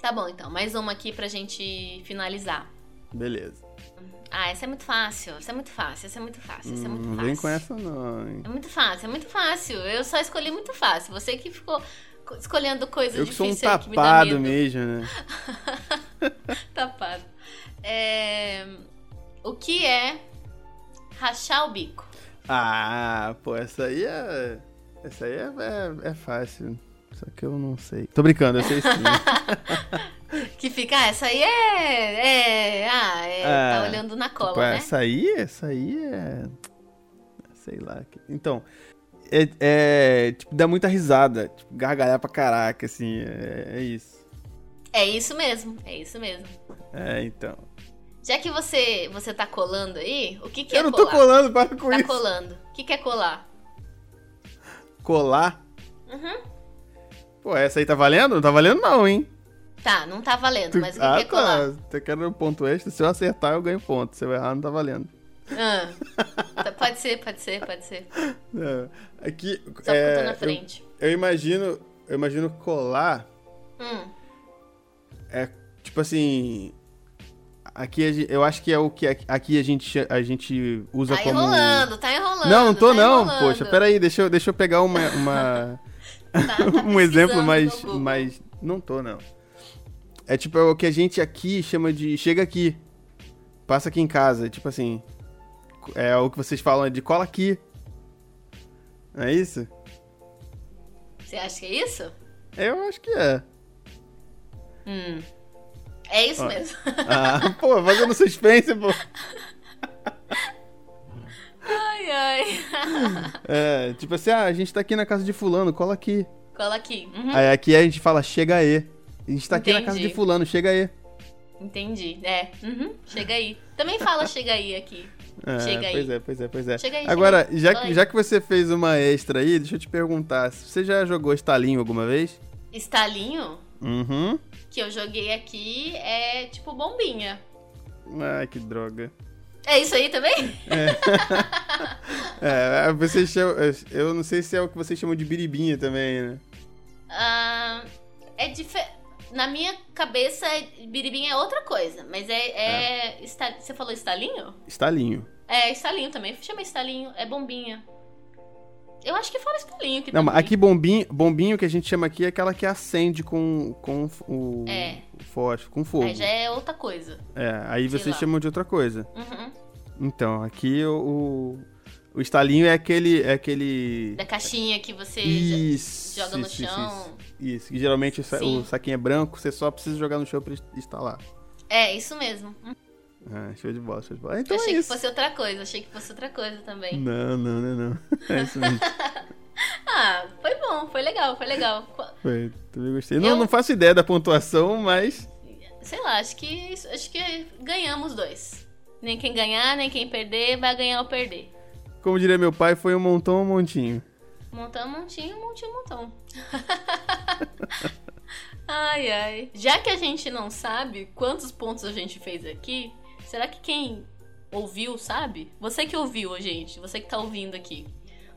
[SPEAKER 1] Tá bom, então. Mais uma aqui pra gente finalizar.
[SPEAKER 2] Beleza.
[SPEAKER 1] Ah, essa é muito fácil. Essa é muito fácil. Essa é muito fácil. Essa é muito
[SPEAKER 2] Não
[SPEAKER 1] fácil.
[SPEAKER 2] Hum, vem com essa não, hein?
[SPEAKER 1] É muito fácil, é muito fácil. Eu só escolhi muito fácil. Você que ficou co- escolhendo coisa
[SPEAKER 2] Eu que sou
[SPEAKER 1] é difícil
[SPEAKER 2] um
[SPEAKER 1] aí que me dá
[SPEAKER 2] tapado
[SPEAKER 1] medo.
[SPEAKER 2] mesmo, né?
[SPEAKER 1] Tapado. É, O que é rachar o bico?
[SPEAKER 2] Ah, pô, essa aí é. Essa aí é, é, é fácil. Só que eu não sei. Tô brincando, eu sei sim. né?
[SPEAKER 1] Que fica, ah, essa aí é. é ah, é,
[SPEAKER 2] Ah,
[SPEAKER 1] tá olhando na cola,
[SPEAKER 2] Tipo,
[SPEAKER 1] né?
[SPEAKER 2] essa aí, essa aí é. Sei lá. Então. É, é, Tipo, dá muita risada. Tipo, gargalhar pra caraca, assim. É, é isso.
[SPEAKER 1] É isso mesmo, é isso mesmo.
[SPEAKER 2] É, então.
[SPEAKER 1] Já que você, você tá colando aí, o que, que é
[SPEAKER 2] eu não
[SPEAKER 1] colar?
[SPEAKER 2] tô colando, para com
[SPEAKER 1] Tá
[SPEAKER 2] isso.
[SPEAKER 1] colando. O que, que é colar?
[SPEAKER 2] Colar?
[SPEAKER 1] Uhum.
[SPEAKER 2] Pô, essa aí tá valendo? Não tá valendo, não, hein?
[SPEAKER 1] Tá, não tá valendo, mas o que,
[SPEAKER 2] ah,
[SPEAKER 1] que é colar?
[SPEAKER 2] tá. Eu quero um ponto extra. Se eu acertar, eu ganho ponto. Se eu errar, não tá valendo.
[SPEAKER 1] Ah. Tá, pode ser, pode ser, pode ser.
[SPEAKER 2] É, aqui.
[SPEAKER 1] Só porque eu
[SPEAKER 2] é,
[SPEAKER 1] tô na
[SPEAKER 2] eu-
[SPEAKER 1] frente.
[SPEAKER 2] Eu, imagino. Eu imagino colar.
[SPEAKER 1] Hum.
[SPEAKER 2] É tipo assim. Aqui a gen- eu acho que é o que a- aqui a gente, cha- a gente usa
[SPEAKER 1] Tá
[SPEAKER 2] como. um-
[SPEAKER 1] enrolando, tá enrolando.
[SPEAKER 2] não, não tô
[SPEAKER 1] tá
[SPEAKER 2] não.
[SPEAKER 1] enrolando.
[SPEAKER 2] Poxa, peraí, deixa eu, deixa eu pegar uma, uma-
[SPEAKER 1] Tá- tá
[SPEAKER 2] um exemplo
[SPEAKER 1] pesquisando
[SPEAKER 2] mais,
[SPEAKER 1] no Google.
[SPEAKER 2] mais. Não tô não. É tipo é o que a gente aqui chama de. Chega aqui. Passa aqui em casa. Tipo assim. É o que vocês falam de cola aqui. Não é isso?
[SPEAKER 1] Você acha que é isso?
[SPEAKER 2] Eu acho que é.
[SPEAKER 1] Hum. É isso
[SPEAKER 2] Ó.
[SPEAKER 1] mesmo.
[SPEAKER 2] Ah, pô, fazendo suspense, pô.
[SPEAKER 1] Ai, ai.
[SPEAKER 2] É, tipo assim, ah, a gente tá aqui na casa de fulano, cola aqui.
[SPEAKER 1] Cola aqui. Uhum.
[SPEAKER 2] Aí aqui a gente fala, chega aí. A gente tá aqui na casa
[SPEAKER 1] Entendi.
[SPEAKER 2] de fulano, chega aí.
[SPEAKER 1] Entendi. É. Uhum. Chega aí. Também fala chega aí aqui.
[SPEAKER 2] É,
[SPEAKER 1] Chega aí.
[SPEAKER 2] Pois é, pois é, pois é.
[SPEAKER 1] Chega aí,
[SPEAKER 2] Agora,
[SPEAKER 1] chega aí.
[SPEAKER 2] já,
[SPEAKER 1] Fala
[SPEAKER 2] que,
[SPEAKER 1] aí.
[SPEAKER 2] já que você fez uma extra aí, deixa eu te perguntar, você já jogou estalinho alguma vez?
[SPEAKER 1] Estalinho
[SPEAKER 2] Uhum.
[SPEAKER 1] que eu joguei aqui é tipo bombinha.
[SPEAKER 2] Ah, que droga.
[SPEAKER 1] É isso aí também?
[SPEAKER 2] É, vocês chamam, eu não sei se é o que vocês chamam de biribinha também, né?
[SPEAKER 1] Ah, é diferente. Na minha cabeça, biribinha é outra coisa, mas é. é esta- Você falou estalinho?
[SPEAKER 2] Estalinho.
[SPEAKER 1] É, estalinho também. Chama estalinho. É bombinha. Eu acho que fora estalinho que
[SPEAKER 2] Não, mas
[SPEAKER 1] também.
[SPEAKER 2] aqui bombinho, bombinho que a gente chama aqui é aquela que acende com, com o
[SPEAKER 1] É.
[SPEAKER 2] o fósforo, com fogo.
[SPEAKER 1] Aí já é outra coisa.
[SPEAKER 2] É, aí
[SPEAKER 1] Sei
[SPEAKER 2] vocês
[SPEAKER 1] lá.
[SPEAKER 2] chamam de outra coisa.
[SPEAKER 1] Uhum.
[SPEAKER 2] Então, aqui o, o, o estalinho é aquele. É aquele...
[SPEAKER 1] Da caixinha que você jo-
[SPEAKER 2] Isso.
[SPEAKER 1] joga no
[SPEAKER 2] isso, isso,
[SPEAKER 1] chão.
[SPEAKER 2] Isso, Isso, que geralmente o, sa-
[SPEAKER 1] Sim.
[SPEAKER 2] o saquinho é branco, você só precisa jogar no chão pra instalar.
[SPEAKER 1] É, isso mesmo. Hum,
[SPEAKER 2] Ah, show de bola, show de bola. Então
[SPEAKER 1] eu achei
[SPEAKER 2] é isso. Hum.
[SPEAKER 1] que fosse assim. outra coisa. Achei que fosse outra coisa também.
[SPEAKER 2] Não, não, não, não. É isso mesmo.
[SPEAKER 1] Ah, foi bom. Foi legal, foi legal. Qu-
[SPEAKER 2] Foi, também gostei. Não,
[SPEAKER 1] Eu-
[SPEAKER 2] não faço ideia da pontuação, mas.
[SPEAKER 1] Sei lá, acho que, acho que ganhamos dois. Nem quem ganhar, nem quem perder, vai ganhar ou perder.
[SPEAKER 2] Como diria meu pai, foi um montão um montinho.
[SPEAKER 1] Montar um montinho, um montinho, um montão. ai, ai. Já que a gente não sabe quantos pontos a gente fez aqui, será que quem ouviu sabe? Você que ouviu, gente, você que tá ouvindo aqui.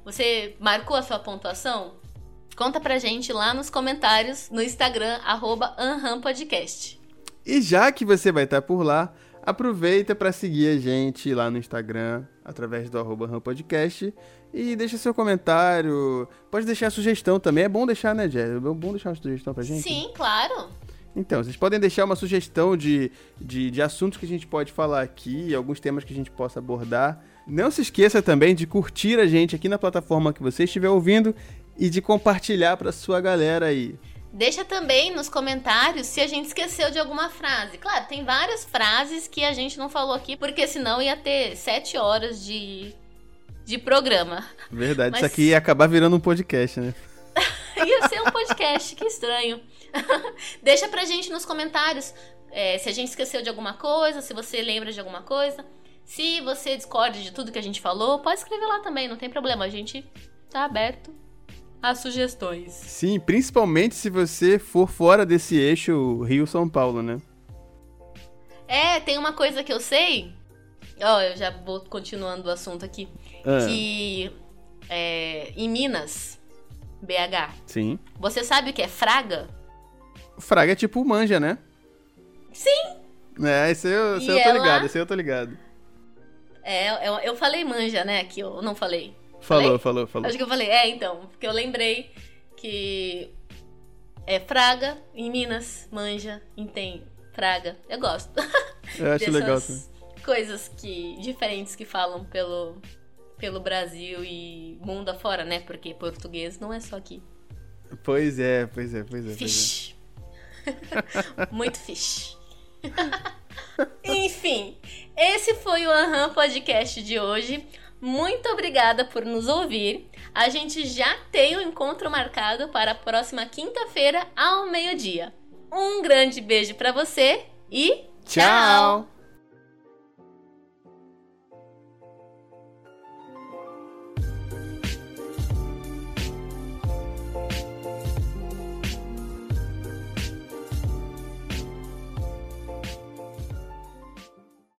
[SPEAKER 1] Você marcou a sua pontuação? Conta pra gente lá nos comentários no Instagram, arroba anhampodcast.
[SPEAKER 2] E já que você vai estar por lá, aproveita para seguir a gente lá no Instagram, através do arroba RAM podcast e deixa seu comentário. Pode deixar sugestão também. É bom deixar, né, Jé? É bom deixar uma sugestão pra gente?
[SPEAKER 1] Sim, claro.
[SPEAKER 2] Então, vocês podem deixar uma sugestão de, de, de assuntos que a gente pode falar aqui, alguns temas que a gente possa abordar. Não se esqueça também de curtir a gente aqui na plataforma que você estiver ouvindo e de compartilhar para sua galera aí.
[SPEAKER 1] Deixa também nos comentários se a gente esqueceu de alguma frase. Claro, tem várias frases que a gente não falou aqui, porque senão ia ter sete horas de, de programa.
[SPEAKER 2] Verdade,
[SPEAKER 1] Mas-
[SPEAKER 2] isso aqui ia acabar virando um podcast, né?
[SPEAKER 1] Ia ser um podcast, que estranho. Deixa pra gente nos comentários é, se a gente esqueceu de alguma coisa, se você lembra de alguma coisa. Se você discorda de tudo que a gente falou, pode escrever lá também, não tem problema. A gente tá aberto as sugestões.
[SPEAKER 2] Sim, principalmente se você for fora desse eixo Rio-São Paulo, né?
[SPEAKER 1] É, tem uma coisa que eu sei. Ó, eu já vou continuando o assunto aqui.
[SPEAKER 2] Ah,
[SPEAKER 1] Que é, em Minas, BH,
[SPEAKER 2] Sim.
[SPEAKER 1] você sabe o que é fraga?
[SPEAKER 2] Fraga é tipo manja, né?
[SPEAKER 1] Sim!
[SPEAKER 2] É, esse eu, esse
[SPEAKER 1] E
[SPEAKER 2] eu tô
[SPEAKER 1] ela-
[SPEAKER 2] ligado, esse eu tô ligado.
[SPEAKER 1] É, eu, eu falei manja, né? Que eu não falei.
[SPEAKER 2] Falou, falou, falou.
[SPEAKER 1] Acho que eu falei, é, então, porque eu lembrei que é Fraga em Minas, manja, entende, Fraga. Eu gosto.
[SPEAKER 2] Eu acho legal. também.
[SPEAKER 1] dessas coisas que diferentes que falam pelo pelo Brasil e mundo afora, né? Porque português não é só aqui.
[SPEAKER 2] Pois é, pois é, pois é. Pois
[SPEAKER 1] Fish. Muito fish. Enfim, esse foi o Aham Podcast de hoje. Muito obrigada por nos ouvir. A gente já tem o encontro marcado para a próxima quinta-feira ao meio-dia. Um grande beijo para você e
[SPEAKER 2] é. Tchau.